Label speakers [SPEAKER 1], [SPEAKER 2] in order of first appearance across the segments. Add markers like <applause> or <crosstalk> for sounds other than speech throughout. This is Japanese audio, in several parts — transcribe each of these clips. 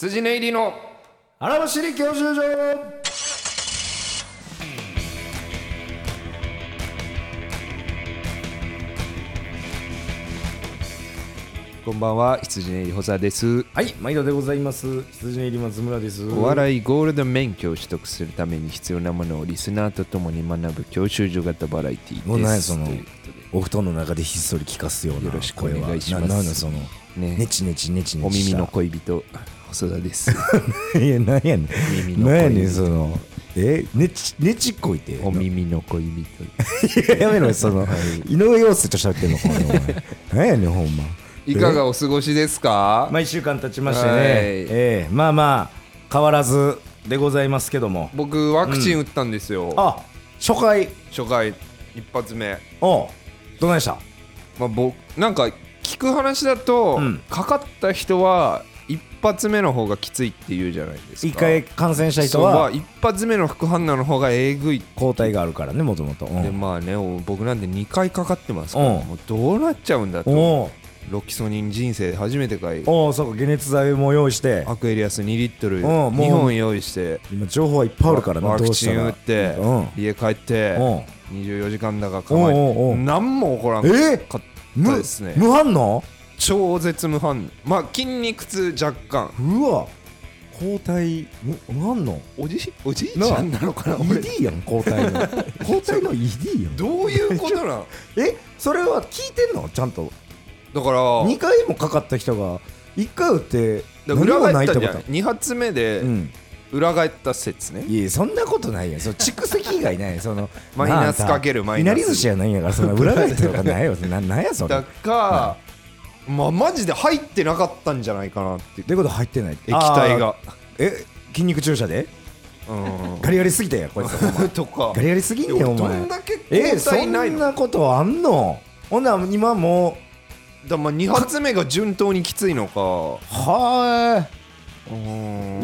[SPEAKER 1] 羊ネイリーの
[SPEAKER 2] 荒走り教習所
[SPEAKER 1] こんばんは羊ネイリー補佐です
[SPEAKER 2] はい毎度でございます羊の入り松村です
[SPEAKER 1] お笑いゴールド免許を取得するために必要なものをリスナーと共に学ぶ教習所型バラエティーです
[SPEAKER 2] もうないその
[SPEAKER 1] ということで
[SPEAKER 2] お布団の中でひっそり聞かすような
[SPEAKER 1] よろしくお
[SPEAKER 2] 声は
[SPEAKER 1] 願いします
[SPEAKER 2] ななんだその
[SPEAKER 1] ね
[SPEAKER 2] ねちねちねちね
[SPEAKER 1] お
[SPEAKER 2] ちし
[SPEAKER 1] 耳
[SPEAKER 2] た
[SPEAKER 1] の恋人細田です <laughs>
[SPEAKER 2] <laughs> いやなんやねん
[SPEAKER 1] 耳の声
[SPEAKER 2] なんやねんそのえねちねちっこいって
[SPEAKER 1] お耳の恋人
[SPEAKER 2] いややめろよその井上陽水と喋ってんのか
[SPEAKER 1] <laughs>
[SPEAKER 2] お前なんやねんほんま
[SPEAKER 1] いかがお過ごしですか、
[SPEAKER 2] まあ1週間経ちましてね、
[SPEAKER 1] はい
[SPEAKER 2] ええまあまあ変わらずでございますけども
[SPEAKER 1] 僕ワクチン打ったんですよ、
[SPEAKER 2] あ初回
[SPEAKER 1] 初回一発目
[SPEAKER 2] おうどないした
[SPEAKER 1] まあ、僕なんか聞く話だと、
[SPEAKER 2] うん
[SPEAKER 1] かかった人は一発目の方がきついって言うじゃないですか
[SPEAKER 2] 一回感染した人
[SPEAKER 1] そうまあ
[SPEAKER 2] は
[SPEAKER 1] 一発目の副反応の方がえぐい
[SPEAKER 2] 抗体があるからねもともと
[SPEAKER 1] でまあねお僕なんて2回かかってますから、
[SPEAKER 2] うん
[SPEAKER 1] もうどうなっちゃうんだと
[SPEAKER 2] おう
[SPEAKER 1] ロキソニン人生で初めてかい
[SPEAKER 2] おうそうか解熱剤も用意して
[SPEAKER 1] アクエリアス2リットル
[SPEAKER 2] んもう
[SPEAKER 1] 2本用意して
[SPEAKER 2] 今情報はいっぱいあるからな
[SPEAKER 1] ワ
[SPEAKER 2] ど
[SPEAKER 1] ク
[SPEAKER 2] うし
[SPEAKER 1] チ
[SPEAKER 2] た
[SPEAKER 1] ン
[SPEAKER 2] ら
[SPEAKER 1] 打って、
[SPEAKER 2] うん
[SPEAKER 1] 家帰って、
[SPEAKER 2] うん
[SPEAKER 1] 24時間だが構え
[SPEAKER 2] おうおうお
[SPEAKER 1] て
[SPEAKER 2] う
[SPEAKER 1] 何も起こらん
[SPEAKER 2] え
[SPEAKER 1] かった
[SPEAKER 2] 無
[SPEAKER 1] ですね
[SPEAKER 2] 無反応
[SPEAKER 1] 超絶無反応まあ筋肉痛若干
[SPEAKER 2] うわ抗体無無反応
[SPEAKER 1] おじおじいちゃんなのかな俺
[SPEAKER 2] ED やん抗
[SPEAKER 1] <laughs>
[SPEAKER 2] 体の抗体の ED やん
[SPEAKER 1] どういう <laughs> ことなん
[SPEAKER 2] えそれは聞いてんのちゃんと
[SPEAKER 1] だから
[SPEAKER 2] 2回もかかった人が1回打って
[SPEAKER 1] だから裏
[SPEAKER 2] も
[SPEAKER 1] 返ったんじゃ
[SPEAKER 2] と
[SPEAKER 1] ない2発目で
[SPEAKER 2] うん
[SPEAKER 1] 裏返った説ね、
[SPEAKER 2] いやいやそんなことないやんその蓄積以外ないやんその
[SPEAKER 1] マイナス
[SPEAKER 2] なああんた
[SPEAKER 1] かけるマイナス
[SPEAKER 2] いなり寿司やないんやからそんな裏返ったとかないよななんやそれ
[SPEAKER 1] だ
[SPEAKER 2] っ
[SPEAKER 1] か、まあマジで入ってなかったんじゃないかなって
[SPEAKER 2] てこと入ってない液
[SPEAKER 1] 液体が
[SPEAKER 2] え筋肉注射で
[SPEAKER 1] <laughs> う
[SPEAKER 2] ガリガリすぎたやんこいつ
[SPEAKER 1] んとか
[SPEAKER 2] ガリガリすぎんねんお
[SPEAKER 1] どん
[SPEAKER 2] 前
[SPEAKER 1] だけ
[SPEAKER 2] え
[SPEAKER 1] 抗
[SPEAKER 2] そ
[SPEAKER 1] 体ない
[SPEAKER 2] ん
[SPEAKER 1] の
[SPEAKER 2] なことあんのほんなら今も
[SPEAKER 1] だまあ2発目が順当にきついのか
[SPEAKER 2] うはーいい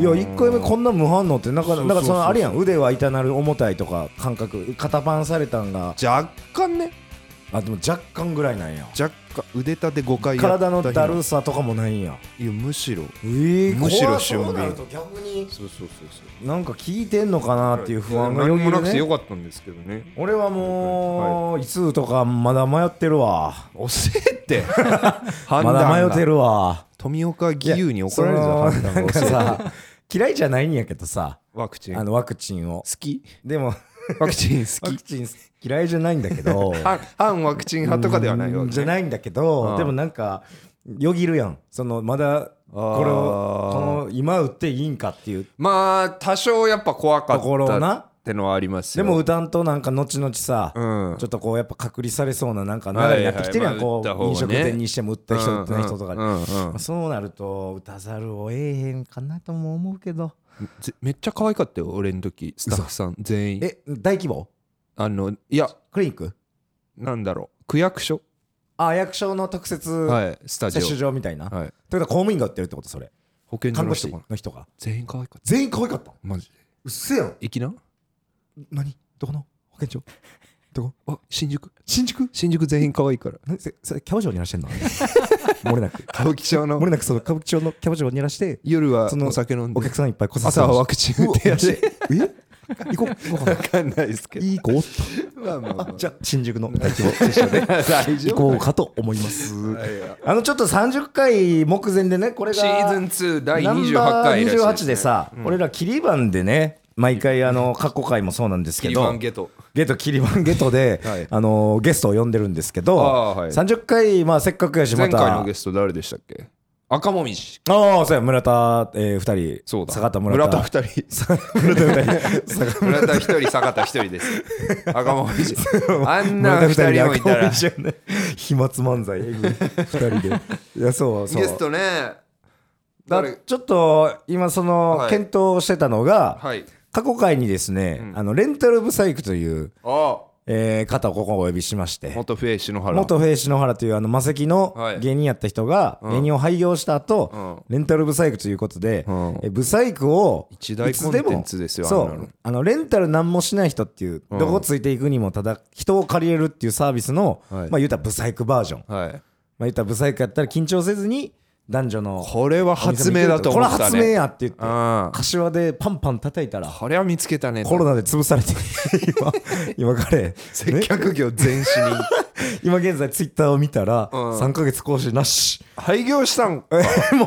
[SPEAKER 2] や1回目こんな無反応ってなん
[SPEAKER 1] そ
[SPEAKER 2] か
[SPEAKER 1] うそうそう
[SPEAKER 2] なんかそのあれやん腕は痛なる重たいとか感覚肩パンされたんが
[SPEAKER 1] 若干ね
[SPEAKER 2] あでも若干ぐらいなんや
[SPEAKER 1] 若干腕立て5回やった日
[SPEAKER 2] 体のだるさとかもないんや
[SPEAKER 1] いやむしろ
[SPEAKER 2] えー
[SPEAKER 1] むしろ
[SPEAKER 2] 怖
[SPEAKER 1] 俊敏
[SPEAKER 2] そうなると逆に
[SPEAKER 1] そうそうそうそう
[SPEAKER 2] なんか聞いてんのかなっていう不安が
[SPEAKER 1] 何
[SPEAKER 2] よ
[SPEAKER 1] もなく
[SPEAKER 2] ぎ
[SPEAKER 1] てよ
[SPEAKER 2] るね
[SPEAKER 1] かったんですけどね
[SPEAKER 2] 俺はもういつとかまだ迷ってるわ
[SPEAKER 1] 遅えって <laughs> 判
[SPEAKER 2] ま
[SPEAKER 1] 断
[SPEAKER 2] だ
[SPEAKER 1] が
[SPEAKER 2] 迷ってるわ
[SPEAKER 1] 富岡義勇に怒られるぞ
[SPEAKER 2] いや
[SPEAKER 1] 判
[SPEAKER 2] そ
[SPEAKER 1] 断
[SPEAKER 2] の
[SPEAKER 1] が遅
[SPEAKER 2] なん
[SPEAKER 1] い
[SPEAKER 2] かさ嫌いじゃないんやけどさ
[SPEAKER 1] ワクチン
[SPEAKER 2] あ
[SPEAKER 1] 好
[SPEAKER 2] のワクチンを
[SPEAKER 1] き
[SPEAKER 2] でも
[SPEAKER 1] <laughs> ワクチン
[SPEAKER 2] ワ
[SPEAKER 1] 好
[SPEAKER 2] ク
[SPEAKER 1] き
[SPEAKER 2] チン嫌いじゃないんだけど
[SPEAKER 1] 反反ワクチン派とかではないわけ、ね、
[SPEAKER 2] じゃないんだけど、
[SPEAKER 1] うん
[SPEAKER 2] でもなんかよぎるやんそのまだこれをこの今打っていいんかっていう
[SPEAKER 1] まあ多少やっぱ怖か
[SPEAKER 2] と
[SPEAKER 1] っ
[SPEAKER 2] ころ
[SPEAKER 1] たっ
[SPEAKER 2] な
[SPEAKER 1] てのはあります
[SPEAKER 2] で
[SPEAKER 1] よ
[SPEAKER 2] も打たんとなんか後々さ、
[SPEAKER 1] うん
[SPEAKER 2] ちょっとこうやっぱ隔離されそうななんか流
[SPEAKER 1] はいは
[SPEAKER 2] れ
[SPEAKER 1] い
[SPEAKER 2] になってきてるやん、
[SPEAKER 1] まあ
[SPEAKER 2] こう
[SPEAKER 1] 打った方がね
[SPEAKER 2] 飲食店にしても打った人打ってない人とかで、
[SPEAKER 1] うんうんうんうん
[SPEAKER 2] まあそうなると打たざるを得へんかなとも思うけど
[SPEAKER 1] ぜめっちゃ可愛かったよ俺の時スタッフさん全員
[SPEAKER 2] え大規模
[SPEAKER 1] あのいや
[SPEAKER 2] クリニック
[SPEAKER 1] なんだろう区役所
[SPEAKER 2] あ役所の特設
[SPEAKER 1] はいスタジ
[SPEAKER 2] 接種
[SPEAKER 1] オ、
[SPEAKER 2] 場みたいな、
[SPEAKER 1] はい、
[SPEAKER 2] ということは公務員が打ってるってことそれ
[SPEAKER 1] 保健所
[SPEAKER 2] 看
[SPEAKER 1] の
[SPEAKER 2] 護師
[SPEAKER 1] 人かな
[SPEAKER 2] の人が
[SPEAKER 1] 全員可愛かっ
[SPEAKER 2] 全員可愛かった
[SPEAKER 1] たマジで
[SPEAKER 2] うっせえよ
[SPEAKER 1] いきな
[SPEAKER 2] 何どこの保健所どこ
[SPEAKER 1] あ新宿
[SPEAKER 2] 新宿
[SPEAKER 1] 新宿全員可愛いから
[SPEAKER 2] 何それそれキャバ嬢にいらっしゃるの <laughs> 漏れなく
[SPEAKER 1] 歌舞伎町
[SPEAKER 2] <laughs> 漏
[SPEAKER 1] の
[SPEAKER 2] れなくその歌舞伎町のキャバ嬢にいらして
[SPEAKER 1] 夜は
[SPEAKER 2] その
[SPEAKER 1] お酒飲ん
[SPEAKER 2] お
[SPEAKER 1] で
[SPEAKER 2] 客さんいっぱい来さ
[SPEAKER 1] 朝
[SPEAKER 2] せて
[SPEAKER 1] は
[SPEAKER 2] ま
[SPEAKER 1] ワク
[SPEAKER 2] し
[SPEAKER 1] チン打ってや
[SPEAKER 2] た
[SPEAKER 1] る
[SPEAKER 2] え行こう行こうか
[SPEAKER 1] わかんないですけ
[SPEAKER 2] な
[SPEAKER 1] ど
[SPEAKER 2] <laughs> いい子
[SPEAKER 1] まあまあまあ
[SPEAKER 2] じゃあ新宿の大規 <laughs> 模接種で
[SPEAKER 1] 大丈
[SPEAKER 2] 行
[SPEAKER 1] 夫
[SPEAKER 2] こうかと思います
[SPEAKER 1] はいはい
[SPEAKER 2] あのちょっと30回目前でねこれが
[SPEAKER 1] シーズン2第
[SPEAKER 2] ナン
[SPEAKER 1] 28
[SPEAKER 2] バ
[SPEAKER 1] 回
[SPEAKER 2] ー
[SPEAKER 1] いらっしゃいす
[SPEAKER 2] 28
[SPEAKER 1] ね
[SPEAKER 2] でさ、俺ら切り番でね毎回あの過去回もそうなんです
[SPEAKER 1] キ
[SPEAKER 2] け
[SPEAKER 1] リ
[SPEAKER 2] ど
[SPEAKER 1] バンゲト
[SPEAKER 2] ゲットキリバンゲットで、
[SPEAKER 1] <laughs> はい
[SPEAKER 2] あのーゲストを呼んでるんですけど、
[SPEAKER 1] あーはい
[SPEAKER 2] 30回、まあ、せっかくやしま
[SPEAKER 1] 前
[SPEAKER 2] た
[SPEAKER 1] 回のゲスト誰でしたっけ赤もみじ
[SPEAKER 2] ああそうや村田、えー、2人
[SPEAKER 1] そうだ
[SPEAKER 2] 坂田村 <laughs> 田
[SPEAKER 1] 村田2人
[SPEAKER 2] 村田2人坂
[SPEAKER 1] 村田1人坂田1人です
[SPEAKER 2] <laughs>
[SPEAKER 1] 赤もみじあんな
[SPEAKER 2] 村田
[SPEAKER 1] 2人もいたら
[SPEAKER 2] 赤
[SPEAKER 1] ゲ
[SPEAKER 2] 星じゃない飛沫漫才2人でいやそうそう
[SPEAKER 1] ストね
[SPEAKER 2] だ
[SPEAKER 1] 誰
[SPEAKER 2] ちょっと今その、
[SPEAKER 1] はい
[SPEAKER 2] 検討してたのが、
[SPEAKER 1] はい
[SPEAKER 2] 過去回にですね、あのレンタルブサイクという、
[SPEAKER 1] あ
[SPEAKER 2] えー方をここお呼びしまして
[SPEAKER 1] 元フェイ篠原
[SPEAKER 2] 元兵士野原というあの魔石の
[SPEAKER 1] はい
[SPEAKER 2] 芸人やった人が芸人を廃業した後、レンタルブサイクということで、
[SPEAKER 1] うん
[SPEAKER 2] えブサイクを
[SPEAKER 1] 一大
[SPEAKER 2] いつでも
[SPEAKER 1] コンテンツですよあ
[SPEAKER 2] そ
[SPEAKER 1] んなの
[SPEAKER 2] うあのレンタル何もしない人っていう、どこついていくにもただ人を借りれるっていうサービスの、
[SPEAKER 1] はい
[SPEAKER 2] まあ言うたらブサイクバージョン、ま
[SPEAKER 1] はい
[SPEAKER 2] あ言うたらブサイクやったら緊張せずに男女の
[SPEAKER 1] これは発明だと思ったね
[SPEAKER 2] これ発明やって言って
[SPEAKER 1] うん
[SPEAKER 2] 柏でパンパン叩いたら
[SPEAKER 1] これは見つけたね
[SPEAKER 2] コロナで潰されて今今彼
[SPEAKER 1] 接客業全
[SPEAKER 2] <laughs>
[SPEAKER 1] 死に
[SPEAKER 2] 今現在ツイッターを見たら
[SPEAKER 1] うん
[SPEAKER 2] 3ヶ月更新なし
[SPEAKER 1] 廃業したん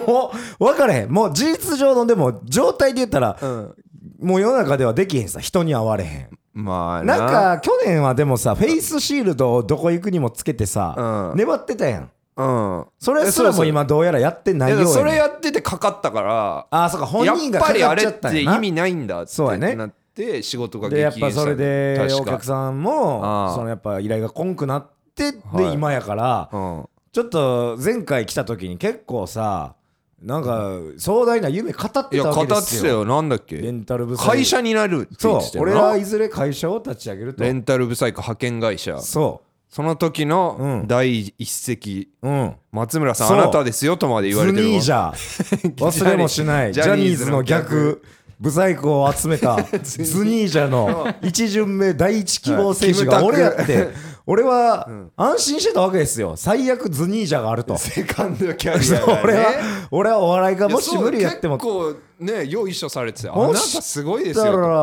[SPEAKER 2] もう分かれへんもう事実上のでも状態で言ったら
[SPEAKER 1] うん
[SPEAKER 2] もう世の中ではできへんさ人に会われへん
[SPEAKER 1] まあ
[SPEAKER 2] なんか去年はでもさフェイスシールドをどこ行くにもつけてさ
[SPEAKER 1] うん
[SPEAKER 2] 粘ってたやん
[SPEAKER 1] うん
[SPEAKER 2] それすらも今どうやらやってないい
[SPEAKER 1] や
[SPEAKER 2] よう
[SPEAKER 1] だからそ
[SPEAKER 2] や
[SPEAKER 1] れ
[SPEAKER 2] ね
[SPEAKER 1] やっててかかったから
[SPEAKER 2] ああそうか本人が
[SPEAKER 1] やっぱり
[SPEAKER 2] か
[SPEAKER 1] あ
[SPEAKER 2] かっ
[SPEAKER 1] れ
[SPEAKER 2] ち
[SPEAKER 1] っ
[SPEAKER 2] ゃったん
[SPEAKER 1] て
[SPEAKER 2] や
[SPEAKER 1] 意
[SPEAKER 2] な
[SPEAKER 1] 味ないんだって
[SPEAKER 2] そうやね
[SPEAKER 1] なって仕事が
[SPEAKER 2] でやっ
[SPEAKER 1] 激
[SPEAKER 2] ぱ
[SPEAKER 1] 減した
[SPEAKER 2] それでお
[SPEAKER 1] 確か
[SPEAKER 2] 客さん
[SPEAKER 1] あ
[SPEAKER 2] も
[SPEAKER 1] あ
[SPEAKER 2] そのやっぱ依頼がこんくなってで
[SPEAKER 1] はい
[SPEAKER 2] 今やから
[SPEAKER 1] うん
[SPEAKER 2] ちょっと前回来た時に結構さなんか壮大な夢語っ
[SPEAKER 1] い
[SPEAKER 2] て
[SPEAKER 1] や
[SPEAKER 2] たわけで
[SPEAKER 1] 形
[SPEAKER 2] す
[SPEAKER 1] だ
[SPEAKER 2] よ
[SPEAKER 1] よなんだっ
[SPEAKER 2] レ
[SPEAKER 1] け
[SPEAKER 2] ンタル部サイ
[SPEAKER 1] 会社になるって言
[SPEAKER 2] そ
[SPEAKER 1] ってたよ
[SPEAKER 2] う俺
[SPEAKER 1] な
[SPEAKER 2] はいずれ会社を立ち上げると
[SPEAKER 1] レンタルブサイク派遣会社
[SPEAKER 2] そ
[SPEAKER 1] その時
[SPEAKER 2] う
[SPEAKER 1] の
[SPEAKER 2] ん
[SPEAKER 1] 第一席
[SPEAKER 2] ううん
[SPEAKER 1] 松村さん
[SPEAKER 2] そ
[SPEAKER 1] あ
[SPEAKER 2] う
[SPEAKER 1] なたですよとまで言われて
[SPEAKER 2] ズ
[SPEAKER 1] る
[SPEAKER 2] ニ
[SPEAKER 1] わ
[SPEAKER 2] ージャ
[SPEAKER 1] <laughs>
[SPEAKER 2] ー忘れもしないジ
[SPEAKER 1] ジ
[SPEAKER 2] ャ
[SPEAKER 1] ャ
[SPEAKER 2] ニ
[SPEAKER 1] ニ
[SPEAKER 2] ー
[SPEAKER 1] ー
[SPEAKER 2] ズ
[SPEAKER 1] ズ
[SPEAKER 2] の
[SPEAKER 1] の
[SPEAKER 2] 逆
[SPEAKER 1] 逆
[SPEAKER 2] ブサイクを集め
[SPEAKER 1] <laughs>
[SPEAKER 2] たズニージャの一巡目第一希望選手
[SPEAKER 1] は
[SPEAKER 2] が
[SPEAKER 1] いキム
[SPEAKER 2] 俺
[SPEAKER 1] タ
[SPEAKER 2] や
[SPEAKER 1] ク
[SPEAKER 2] って俺は安心してたわけですよ最悪ズニージャがあると
[SPEAKER 1] セカンド
[SPEAKER 2] <laughs>
[SPEAKER 1] キャリアがね
[SPEAKER 2] 俺は俺はお笑いが
[SPEAKER 1] いや
[SPEAKER 2] もし
[SPEAKER 1] そう
[SPEAKER 2] 無理やっても
[SPEAKER 1] 結構ね用意書されててあな
[SPEAKER 2] も
[SPEAKER 1] た
[SPEAKER 2] し
[SPEAKER 1] すごいです
[SPEAKER 2] だか
[SPEAKER 1] よと
[SPEAKER 2] ら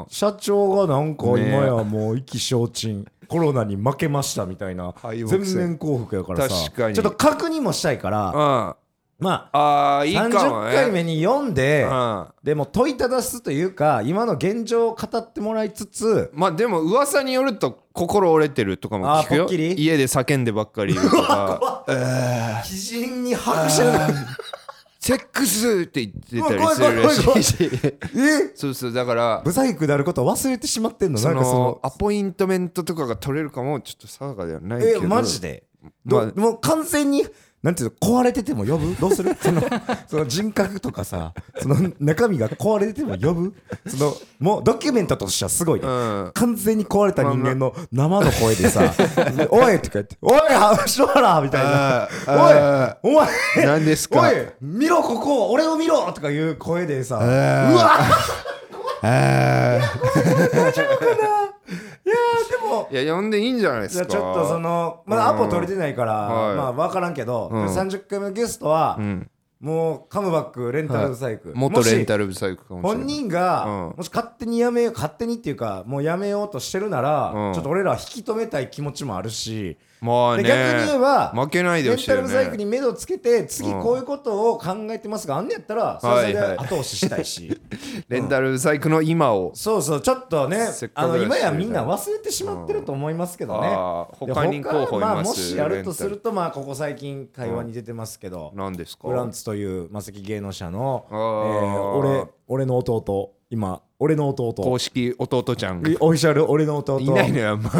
[SPEAKER 1] うん
[SPEAKER 2] 社長がなんか今
[SPEAKER 1] ねえ
[SPEAKER 2] やもう意気消沈コロナに負けましたみたいな
[SPEAKER 1] 敗北
[SPEAKER 2] 全
[SPEAKER 1] 戦
[SPEAKER 2] 面幸福やからさ
[SPEAKER 1] 確かに
[SPEAKER 2] ちょっと確認もしたいから
[SPEAKER 1] うん
[SPEAKER 2] まあ
[SPEAKER 1] あーいいかもね
[SPEAKER 2] 30回目に読んで
[SPEAKER 1] うん
[SPEAKER 2] でも問いただすというか今の現状を語ってもらいつつ
[SPEAKER 1] まあでも噂によると心折れてるとかも聞く
[SPEAKER 2] あーポ
[SPEAKER 1] よ
[SPEAKER 2] ッキリ
[SPEAKER 1] 家で叫んでばっかりいると
[SPEAKER 2] <laughs>
[SPEAKER 1] か
[SPEAKER 2] 基人に拍手が
[SPEAKER 1] セックスって言ってた
[SPEAKER 2] うわ
[SPEAKER 1] りす
[SPEAKER 2] 怖い
[SPEAKER 1] る
[SPEAKER 2] 怖
[SPEAKER 1] ら
[SPEAKER 2] い怖い
[SPEAKER 1] しいし
[SPEAKER 2] <laughs> え
[SPEAKER 1] そうそうだから
[SPEAKER 2] ブサイクであることを忘れてしまってんのな
[SPEAKER 1] そ
[SPEAKER 2] んかそ
[SPEAKER 1] の
[SPEAKER 2] の
[SPEAKER 1] アポイントメントとかが取れるかもちょっと定かではないけ
[SPEAKER 2] え
[SPEAKER 1] ど
[SPEAKER 2] マジで
[SPEAKER 1] ま
[SPEAKER 2] ど
[SPEAKER 1] あ
[SPEAKER 2] もう完全になんていうの壊れてても呼ぶど
[SPEAKER 1] <laughs>
[SPEAKER 2] うするそのその人格とかさその中身が壊れてても呼ぶそのもうドキュメントとしてはすごいね、
[SPEAKER 1] うん
[SPEAKER 2] 完全に壊れた人間の生の声
[SPEAKER 1] <laughs>
[SPEAKER 2] でさ「おい!」とか言って「おい篠原!」みたいな
[SPEAKER 1] あー
[SPEAKER 2] 「おいお前
[SPEAKER 1] 何ですか
[SPEAKER 2] おい見ろここ俺を見ろ!」とかいう声でさ「う
[SPEAKER 1] ー
[SPEAKER 2] わ
[SPEAKER 1] あー
[SPEAKER 2] いやーでも
[SPEAKER 1] いや呼んでいいんじゃないで
[SPEAKER 2] じ
[SPEAKER 1] す
[SPEAKER 2] ゃあ
[SPEAKER 1] か
[SPEAKER 2] ちょっとそのまだア
[SPEAKER 1] うん
[SPEAKER 2] ポ取れてないから、
[SPEAKER 1] はい
[SPEAKER 2] まあ分からんけど、
[SPEAKER 1] うん
[SPEAKER 2] 30回目のゲストは、
[SPEAKER 1] うん
[SPEAKER 2] もうカムバックレンタルブサイク、
[SPEAKER 1] 元レン
[SPEAKER 2] ル
[SPEAKER 1] タルブサイクかもしれない
[SPEAKER 2] 本人が、
[SPEAKER 1] うん
[SPEAKER 2] もし勝手にやめよう勝手にっていうかもうやめようとしてるなら、
[SPEAKER 1] うん
[SPEAKER 2] ちょっと俺らは引き止めたい気持ちもあるし、
[SPEAKER 1] まあ
[SPEAKER 2] で
[SPEAKER 1] ね
[SPEAKER 2] 逆に言えば
[SPEAKER 1] 負けないで
[SPEAKER 2] レン
[SPEAKER 1] ほしい
[SPEAKER 2] タル
[SPEAKER 1] よね
[SPEAKER 2] ブサイクに目処つけて次
[SPEAKER 1] うん
[SPEAKER 2] こういうことを考えてますが、あんねやったらそれはそれで
[SPEAKER 1] はいはい
[SPEAKER 2] 後押ししたいし、
[SPEAKER 1] <laughs> レンタルブサイクの今を
[SPEAKER 2] そうそうちょっとね
[SPEAKER 1] せっか
[SPEAKER 2] あ
[SPEAKER 1] く
[SPEAKER 2] の
[SPEAKER 1] だし
[SPEAKER 2] 今やみんな忘れてしまってると思いますけどね、
[SPEAKER 1] あー
[SPEAKER 2] で
[SPEAKER 1] 他に候補います
[SPEAKER 2] 他まあ、もしやるとするとまあここ最近会話に出てますけど、
[SPEAKER 1] 何ですか
[SPEAKER 2] フランツというマセキ芸能者の、え
[SPEAKER 1] あ
[SPEAKER 2] ー
[SPEAKER 1] ー、
[SPEAKER 2] 俺俺の弟今俺の弟
[SPEAKER 1] 公式弟ちゃん
[SPEAKER 2] オフィシャル俺の弟
[SPEAKER 1] いないのよあ
[SPEAKER 2] <laughs>
[SPEAKER 1] んま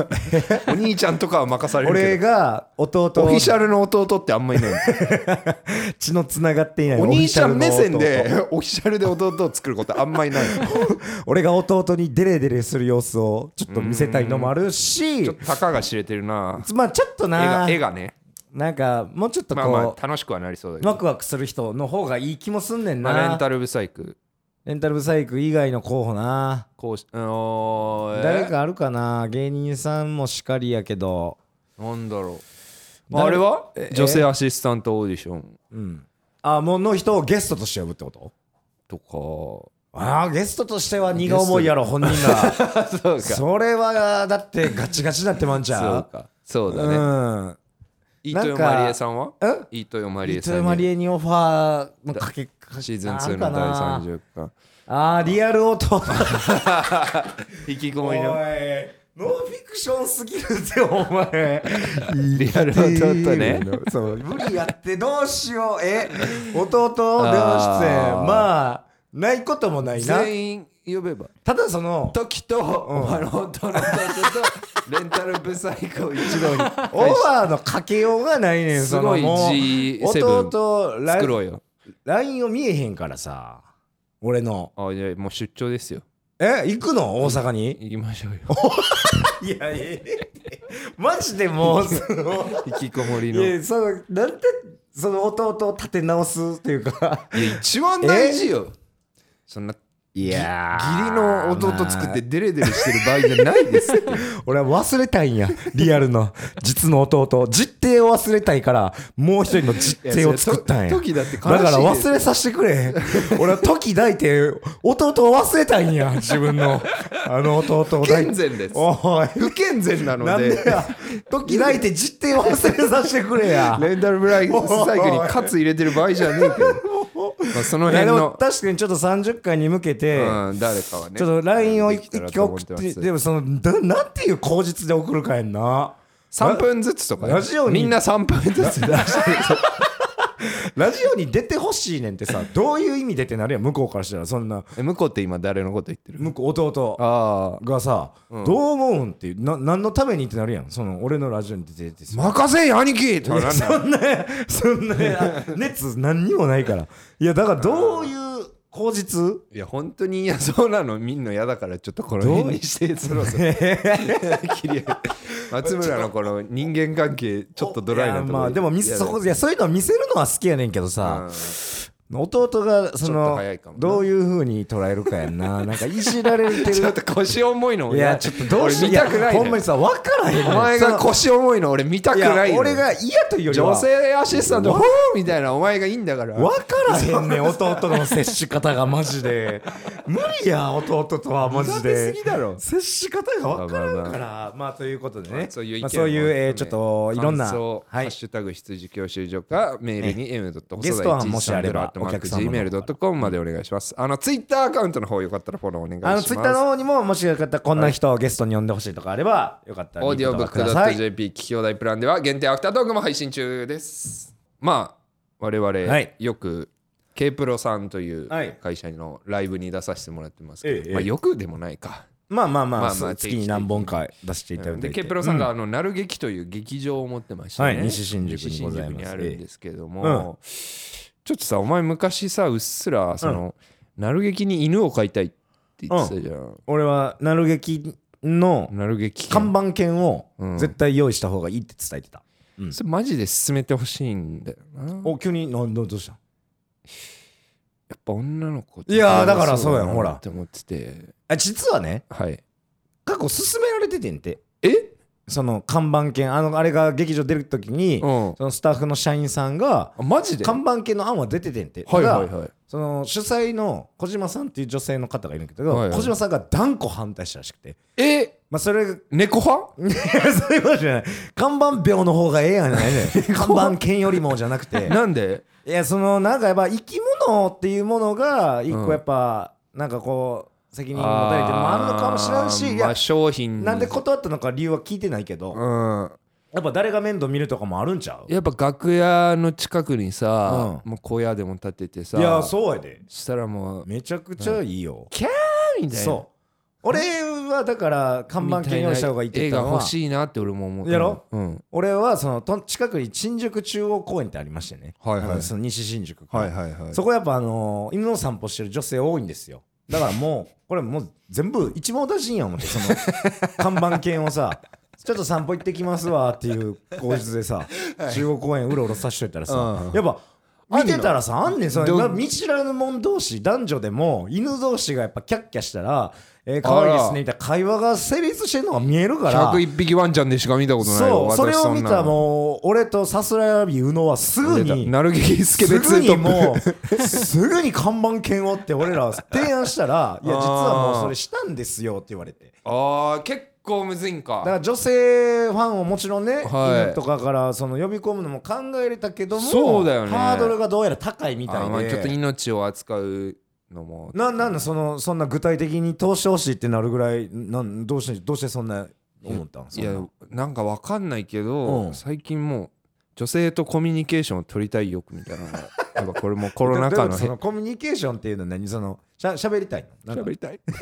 [SPEAKER 1] お兄ちゃんとかは任され
[SPEAKER 2] 俺
[SPEAKER 1] る
[SPEAKER 2] が弟
[SPEAKER 1] けどオフィシャルの弟ってあんまいない
[SPEAKER 2] <laughs> 血のつながっていない
[SPEAKER 1] お兄ちゃん目線
[SPEAKER 2] オフィシャルの弟
[SPEAKER 1] でオフィシャルで弟を作ることあんまいない
[SPEAKER 2] <laughs> 俺が弟にデレデレする様子をちょっと見せたいのもあるし
[SPEAKER 1] ちょっとたかが知れてるな
[SPEAKER 2] まあちょっと
[SPEAKER 1] 絵
[SPEAKER 2] な
[SPEAKER 1] が絵がね
[SPEAKER 2] なんかもうちょっとこ
[SPEAKER 1] ま
[SPEAKER 2] う、
[SPEAKER 1] あまあ楽しくはなりそうだけ
[SPEAKER 2] ワ
[SPEAKER 1] ど
[SPEAKER 2] クワクする人の方がいい気もすんねんな、
[SPEAKER 1] まあレンタルブサイク
[SPEAKER 2] レンタルブサイク以外の候補な
[SPEAKER 1] 公式あのーえー
[SPEAKER 2] 誰かあるかな芸人さんもしかりやけど
[SPEAKER 1] なんだろう
[SPEAKER 2] 誰
[SPEAKER 1] あれは
[SPEAKER 2] え
[SPEAKER 1] 女性アシスタントオーディション
[SPEAKER 2] うんあもうの人をゲストとして呼ぶってこと
[SPEAKER 1] とか
[SPEAKER 2] ああゲストとしては荷が重いやろ本人 <laughs> が
[SPEAKER 1] そう
[SPEAKER 2] それはだってガチガチになってまんち
[SPEAKER 1] そ
[SPEAKER 2] ゃ
[SPEAKER 1] う
[SPEAKER 2] う
[SPEAKER 1] かそうだ
[SPEAKER 2] う
[SPEAKER 1] ね
[SPEAKER 2] ん
[SPEAKER 1] 伊
[SPEAKER 2] なん
[SPEAKER 1] 藤
[SPEAKER 2] か
[SPEAKER 1] マリエさんは
[SPEAKER 2] え
[SPEAKER 1] 伊藤マリエ
[SPEAKER 2] 伊
[SPEAKER 1] さ
[SPEAKER 2] 藤
[SPEAKER 1] ん
[SPEAKER 2] マ
[SPEAKER 1] に
[SPEAKER 2] リエにオファーのかけ
[SPEAKER 1] シーズン2の第30巻。
[SPEAKER 2] あーリアル弟
[SPEAKER 1] 引きこ
[SPEAKER 2] おいノンフィクションすぎるぜお前
[SPEAKER 1] リアル弟ね。
[SPEAKER 2] そう無理やってどうしようえ弟電話
[SPEAKER 1] あ
[SPEAKER 2] 出演
[SPEAKER 1] ー
[SPEAKER 2] まあないこともないな
[SPEAKER 1] 全員呼べば。
[SPEAKER 2] ただその
[SPEAKER 1] 時と、お前の弟 <laughs> とレンタルブサイクを一度に。
[SPEAKER 2] オファーのかけようがないね
[SPEAKER 1] <laughs>
[SPEAKER 2] ん
[SPEAKER 1] す
[SPEAKER 2] その
[SPEAKER 1] ごい
[SPEAKER 2] もう
[SPEAKER 1] G7
[SPEAKER 2] 弟ラ
[SPEAKER 1] 作ろうよ。
[SPEAKER 2] LINE を見えへんからさ俺の
[SPEAKER 1] あいやもう出張ですよ。
[SPEAKER 2] え行くの大阪に
[SPEAKER 1] 行きましょうよ。
[SPEAKER 2] いやええマジでもうその
[SPEAKER 1] 引きこもり
[SPEAKER 2] い
[SPEAKER 1] の。 <laughs> い
[SPEAKER 2] やそのなんてその弟を立て直すっていうか
[SPEAKER 1] や一番大事よ。そんないやー
[SPEAKER 2] ぎ義理の
[SPEAKER 1] 弟作ってデレデレしてる場合じゃないです <laughs> って
[SPEAKER 2] 俺は忘れたいんやリアルの実の弟実弟を忘れたいからもう一人の実弟を作ったん
[SPEAKER 1] い
[SPEAKER 2] や
[SPEAKER 1] やそれと時だって悲しい
[SPEAKER 2] だ
[SPEAKER 1] です
[SPEAKER 2] から忘れさせてくれ俺は時抱いて弟を忘れたいんや自分のあの弟を
[SPEAKER 1] 不
[SPEAKER 2] 抱い
[SPEAKER 1] 健
[SPEAKER 2] て
[SPEAKER 1] 全です
[SPEAKER 2] おい
[SPEAKER 1] 不健全な
[SPEAKER 2] な
[SPEAKER 1] の
[SPEAKER 2] ん
[SPEAKER 1] で
[SPEAKER 2] でや時抱いて実弟を忘れさせてくれや
[SPEAKER 1] レンタルブライスサイクルにカツ入れてる場合じゃねえけど、 <laughs> まあ、その
[SPEAKER 2] いや
[SPEAKER 1] 辺
[SPEAKER 2] でも
[SPEAKER 1] の、
[SPEAKER 2] 確かにちょっと30回に向けて、
[SPEAKER 1] うん、誰かはね
[SPEAKER 2] ちょっと LINE を一
[SPEAKER 1] できた
[SPEAKER 2] 回
[SPEAKER 1] らと思
[SPEAKER 2] 送
[SPEAKER 1] っ
[SPEAKER 2] ってて
[SPEAKER 1] ます
[SPEAKER 2] でもそのななんていう口実で送るかやんな
[SPEAKER 1] 3分ずつとかね
[SPEAKER 2] ラジオに
[SPEAKER 1] みんな3分ずつ出して
[SPEAKER 2] ラジオに出てほしいねんってさどういう意味でってなるやん向こうからしたらそんな
[SPEAKER 1] <laughs> え向こうって今誰のこと言ってる
[SPEAKER 2] 向こう弟
[SPEAKER 1] ああ
[SPEAKER 2] がさ、どう思うんっていうな何のためにってなるやんその俺のラジオに出ててさ、
[SPEAKER 1] 任せい兄貴とかなんだ
[SPEAKER 2] そんなそんな熱何にもないからいやだからどういう口実
[SPEAKER 1] いや本当に嫌そうなの見んの嫌だからちょっとこの辺にしてそろそろ <laughs> 切り上げ松村のこの人間関係ちょっとドライなと
[SPEAKER 2] い
[SPEAKER 1] こ
[SPEAKER 2] やまあでも見せそこいやそういうのは見せるのは好きやねんけどさ、
[SPEAKER 1] うん
[SPEAKER 2] 弟がそ
[SPEAKER 1] ちょっと
[SPEAKER 2] の
[SPEAKER 1] 早いかもな
[SPEAKER 2] どういうふうに捉えるかやんななんかいじられ
[SPEAKER 1] <laughs>
[SPEAKER 2] て
[SPEAKER 1] ちょっ
[SPEAKER 2] る
[SPEAKER 1] と腰重いの
[SPEAKER 2] いやちょっとどうし
[SPEAKER 1] 俺見たくないね
[SPEAKER 2] やほんまにさ分からへんねん
[SPEAKER 1] お前
[SPEAKER 2] そ
[SPEAKER 1] が
[SPEAKER 2] の
[SPEAKER 1] 腰重いの俺見たく
[SPEAKER 2] い
[SPEAKER 1] ない
[SPEAKER 2] や
[SPEAKER 1] の
[SPEAKER 2] 俺が嫌というよりは
[SPEAKER 1] 女性アシスタントほーみたいなお前がいいんだから
[SPEAKER 2] 分からへ <laughs> んねん弟の接し方がマジで無理や弟とはマジ
[SPEAKER 1] ふざ
[SPEAKER 2] で
[SPEAKER 1] けすぎだろ
[SPEAKER 2] 接し方が分からんからまあということでね
[SPEAKER 1] そういう意見
[SPEAKER 2] ま
[SPEAKER 1] も
[SPEAKER 2] あそういうえーちょ
[SPEAKER 1] 含め
[SPEAKER 2] っといろんな
[SPEAKER 1] 感想
[SPEAKER 2] は
[SPEAKER 1] ハ
[SPEAKER 2] い
[SPEAKER 1] ッシュタグ羊教習所かメールに m.
[SPEAKER 2] ゲストはもしあればお客様の方
[SPEAKER 1] gmail.com までお願いします。あのツイッターアカウントの方よかったらフォローお願いします。
[SPEAKER 2] あのツイッターの方にももしよかったらこんな人をゲストに呼んでほしいとかあればよかったら
[SPEAKER 1] オー
[SPEAKER 2] リ
[SPEAKER 1] ディ
[SPEAKER 2] プ
[SPEAKER 1] オブ
[SPEAKER 2] とか
[SPEAKER 1] ッ
[SPEAKER 2] く
[SPEAKER 1] ク
[SPEAKER 2] ださい
[SPEAKER 1] .jp 聞き放題プランでは限定アフタートークも配信中です。まあ我々、
[SPEAKER 2] はい
[SPEAKER 1] よく K プロさんという
[SPEAKER 2] はい
[SPEAKER 1] 会社のライブに出させてもらってますけど、
[SPEAKER 2] ええええ
[SPEAKER 1] まあ、よくでもないか。
[SPEAKER 2] まあまあまあ、
[SPEAKER 1] まあまあ
[SPEAKER 2] 月に何本か出していただいて。
[SPEAKER 1] で K プロさんがあの、なる劇という劇場を持ってまして、ね
[SPEAKER 2] はい西新宿にございます
[SPEAKER 1] 西新宿にあるんですけども、ちょっとさお前昔さうっすらその、なる劇に犬を飼いたいって言ってたじゃん、
[SPEAKER 2] 俺は、なる劇の
[SPEAKER 1] なる劇
[SPEAKER 2] 看板犬を
[SPEAKER 1] うん
[SPEAKER 2] 絶対用意した方がいいって伝えてた。
[SPEAKER 1] それマジで進めてほしいんだよなやっ
[SPEAKER 2] お、急に、なんどどうした
[SPEAKER 1] ぱ女の子って
[SPEAKER 2] いやーだからそうやんほら
[SPEAKER 1] って思ってて
[SPEAKER 2] あ、実はね、
[SPEAKER 1] はい
[SPEAKER 2] 過去勧められててんて。
[SPEAKER 1] え
[SPEAKER 2] その看板犬、あの、あれが劇場出る時
[SPEAKER 1] う
[SPEAKER 2] に、
[SPEAKER 1] ん
[SPEAKER 2] そのスタッフの社員さんが、
[SPEAKER 1] あマジで
[SPEAKER 2] 看板犬の案は出ててんて。
[SPEAKER 1] はいはい
[SPEAKER 2] ただ
[SPEAKER 1] はい
[SPEAKER 2] その主催の小島さんっていう女性の方がいるんだけど、
[SPEAKER 1] はいはい
[SPEAKER 2] 小島さんが断固反対したらしくて。
[SPEAKER 1] え
[SPEAKER 2] まあ、それ <laughs>
[SPEAKER 1] 猫派
[SPEAKER 2] いやそういうことじゃない看板病の方がええやない
[SPEAKER 1] <laughs>
[SPEAKER 2] ね看板犬よりもじゃなくて
[SPEAKER 1] なんで
[SPEAKER 2] いやそのなんかやっぱ生き物っていうものが一個やっぱ、なんかこう責任を持たれてるのもあるのかもしれん
[SPEAKER 1] あー
[SPEAKER 2] しい
[SPEAKER 1] ま
[SPEAKER 2] や
[SPEAKER 1] あ、商品
[SPEAKER 2] なんで断ったのか理由は聞いてないけど、
[SPEAKER 1] うん
[SPEAKER 2] やっぱ誰が面倒見るとかもあるんちゃうい
[SPEAKER 1] やっぱ楽屋の近くにさ、もう小屋でも建ててさ
[SPEAKER 2] やいやそうやで
[SPEAKER 1] したらもう
[SPEAKER 2] めちゃくちゃいいよ、
[SPEAKER 1] 「みたいな
[SPEAKER 2] そう俺はだから看板犬用意した方がいいって言った
[SPEAKER 1] 映
[SPEAKER 2] の
[SPEAKER 1] 画
[SPEAKER 2] は
[SPEAKER 1] 欲しいなって俺も思う
[SPEAKER 2] やろ
[SPEAKER 1] うん
[SPEAKER 2] 俺はそのと近くに新宿中央公園ってありましてね、
[SPEAKER 1] はいはい
[SPEAKER 2] あのその西新宿区
[SPEAKER 1] はいはいはい
[SPEAKER 2] そこやっぱあのー犬の散歩してる女性多いんですよだからもう <laughs> これもう全部一網打尽や思ってその看板犬をさ <laughs> ちょっと散歩行ってきますわっていう口実でさ、中央公園うろうろさしといたらさ、
[SPEAKER 1] うん
[SPEAKER 2] やっぱ見てたらさあんねんそれ
[SPEAKER 1] ど
[SPEAKER 2] な見知らぬ者同士男女でも犬同士がやっぱキャッキャしたら「えー、可愛いですね」みたいな会話が成立してるのが見えるから
[SPEAKER 1] 101匹ワンちゃんでしか見たことない
[SPEAKER 2] そう
[SPEAKER 1] 私
[SPEAKER 2] それを見
[SPEAKER 1] んな
[SPEAKER 2] た
[SPEAKER 1] の
[SPEAKER 2] もう俺とさすらいび宇野はす
[SPEAKER 1] 出
[SPEAKER 2] ぐ
[SPEAKER 1] た
[SPEAKER 2] に
[SPEAKER 1] なる劇スケベ
[SPEAKER 2] す
[SPEAKER 1] ツ
[SPEAKER 2] ぐ
[SPEAKER 1] ート
[SPEAKER 2] に
[SPEAKER 1] ッ
[SPEAKER 2] もうすぐに看板犬をって俺らは提案し
[SPEAKER 1] <laughs>
[SPEAKER 2] たらいや
[SPEAKER 1] あー
[SPEAKER 2] 実はもうそれしたんですよって言われて
[SPEAKER 1] プあー結構むずいん
[SPEAKER 2] だか
[SPEAKER 1] から
[SPEAKER 2] 女性ファンをもちろんね、
[SPEAKER 1] はい
[SPEAKER 2] 犬とかからその呼び込むのも考えれたけども
[SPEAKER 1] そうだよね
[SPEAKER 2] ハードルがどうやら高いみ
[SPEAKER 1] あ
[SPEAKER 2] た
[SPEAKER 1] ーまあ
[SPEAKER 2] い
[SPEAKER 1] ちょっと
[SPEAKER 2] で。
[SPEAKER 1] 命を扱うのも
[SPEAKER 2] ななんなんそのそんな具体的に通してほしいってなるぐらいなんどうしてどうしてそんな思ったん
[SPEAKER 1] い
[SPEAKER 2] そん
[SPEAKER 1] や
[SPEAKER 2] な
[SPEAKER 1] なんかわかんないけ
[SPEAKER 2] う
[SPEAKER 1] ど
[SPEAKER 2] ん
[SPEAKER 1] 最近もう女性とコミュニケーションを取りたい欲みたいなのがやっぱこれもコロナ禍
[SPEAKER 2] どういうこと
[SPEAKER 1] の
[SPEAKER 2] そのコミュニケーションっていうのは何そのしゃ喋りたいのなんか
[SPEAKER 1] りたい <laughs>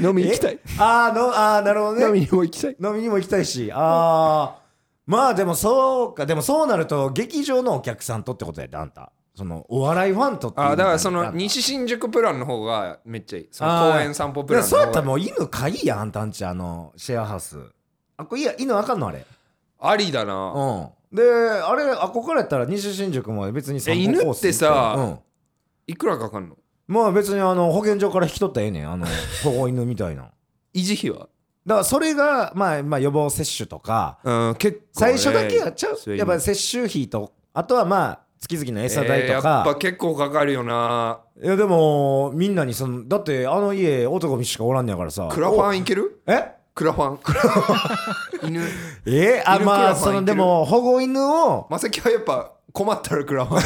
[SPEAKER 1] 飲み行きたい
[SPEAKER 2] あーのあーなるほどね
[SPEAKER 1] 飲みにも行きたい
[SPEAKER 2] 飲みにも行きたいしあーまあでもそうかでもそうなると劇場のお客さんとってことやであんたそのお笑いファンとっていう
[SPEAKER 1] あだからそ
[SPEAKER 2] あ
[SPEAKER 1] の
[SPEAKER 2] んた
[SPEAKER 1] 西新宿プランの方がめっちゃいいそ
[SPEAKER 2] あ
[SPEAKER 1] の
[SPEAKER 2] ー
[SPEAKER 1] 公園散歩
[SPEAKER 2] い
[SPEAKER 1] プラ
[SPEAKER 2] や
[SPEAKER 1] ンの
[SPEAKER 2] そうや
[SPEAKER 1] 方
[SPEAKER 2] ったら
[SPEAKER 1] が
[SPEAKER 2] もう犬飼いやあんたんちあのシェアハウスあこれいや犬あかんのあれ
[SPEAKER 1] ありだな
[SPEAKER 2] うんであれあこからやったら西新宿も別に散
[SPEAKER 1] え
[SPEAKER 2] 歩
[SPEAKER 1] 犬って
[SPEAKER 2] コースみたいな
[SPEAKER 1] さ
[SPEAKER 2] うん
[SPEAKER 1] いくらかかんの
[SPEAKER 2] まあ別にあの保健所から引き取ったらええねんあの保護犬みたいなだか
[SPEAKER 1] 維持費は
[SPEAKER 2] らそれがまあまあ予防接種とか
[SPEAKER 1] うん結構、ね、
[SPEAKER 2] 最初だけはちゃ
[SPEAKER 1] そうれ
[SPEAKER 2] やっぱ接種費とあとはまあ月々の餌代
[SPEAKER 1] えー
[SPEAKER 2] と
[SPEAKER 1] やっぱ
[SPEAKER 2] か、
[SPEAKER 1] 結構かかるよない
[SPEAKER 2] やでもみんなにそのだってあの家男にしかおらんねやからさ
[SPEAKER 1] クラファンいける
[SPEAKER 2] おえ
[SPEAKER 1] クラファンクラファン <laughs> 犬
[SPEAKER 2] えあ
[SPEAKER 1] いるク
[SPEAKER 2] ま
[SPEAKER 1] ラ
[SPEAKER 2] あ
[SPEAKER 1] ファン
[SPEAKER 2] そ
[SPEAKER 1] い
[SPEAKER 2] の
[SPEAKER 1] る
[SPEAKER 2] でも保護犬を
[SPEAKER 1] マセキはやっぱ困ったらクラファン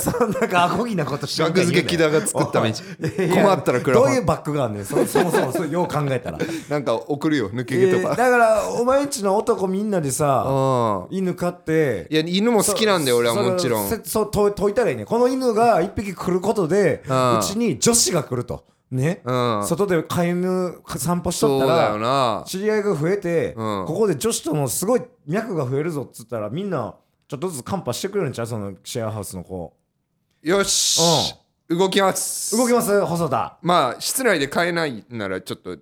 [SPEAKER 2] そんなんかアコギなことして
[SPEAKER 1] 学付け木田が作った道困ったらクラフ
[SPEAKER 2] どう
[SPEAKER 1] ァ
[SPEAKER 2] い
[SPEAKER 1] ン
[SPEAKER 2] うバックがあんねんそそもそもそうよう考えたら
[SPEAKER 1] なんか送るよ抜け
[SPEAKER 2] え
[SPEAKER 1] 毛と
[SPEAKER 2] ー
[SPEAKER 1] か、
[SPEAKER 2] だからお前んちの男みんなでさ
[SPEAKER 1] ああ
[SPEAKER 2] 犬飼って
[SPEAKER 1] いや犬も好きなんだよ俺は
[SPEAKER 2] そ
[SPEAKER 1] もちろん
[SPEAKER 2] そそうと解いたらいいねこの犬が一匹来ることで
[SPEAKER 1] うん
[SPEAKER 2] うちに女子が来るとね
[SPEAKER 1] うん
[SPEAKER 2] 外で飼い犬散歩しと
[SPEAKER 1] そ
[SPEAKER 2] った
[SPEAKER 1] うだよ
[SPEAKER 2] ら
[SPEAKER 1] な
[SPEAKER 2] 知り合いが増えて
[SPEAKER 1] う
[SPEAKER 2] こ
[SPEAKER 1] ん
[SPEAKER 2] こで女子ともすごい脈が増えるぞっつったらみんなちょっとずつカンパしてくれるんちゃうそのシェアハウスの子
[SPEAKER 1] よし、動きます
[SPEAKER 2] 動きます細田
[SPEAKER 1] まあ室内で飼えないならちょっと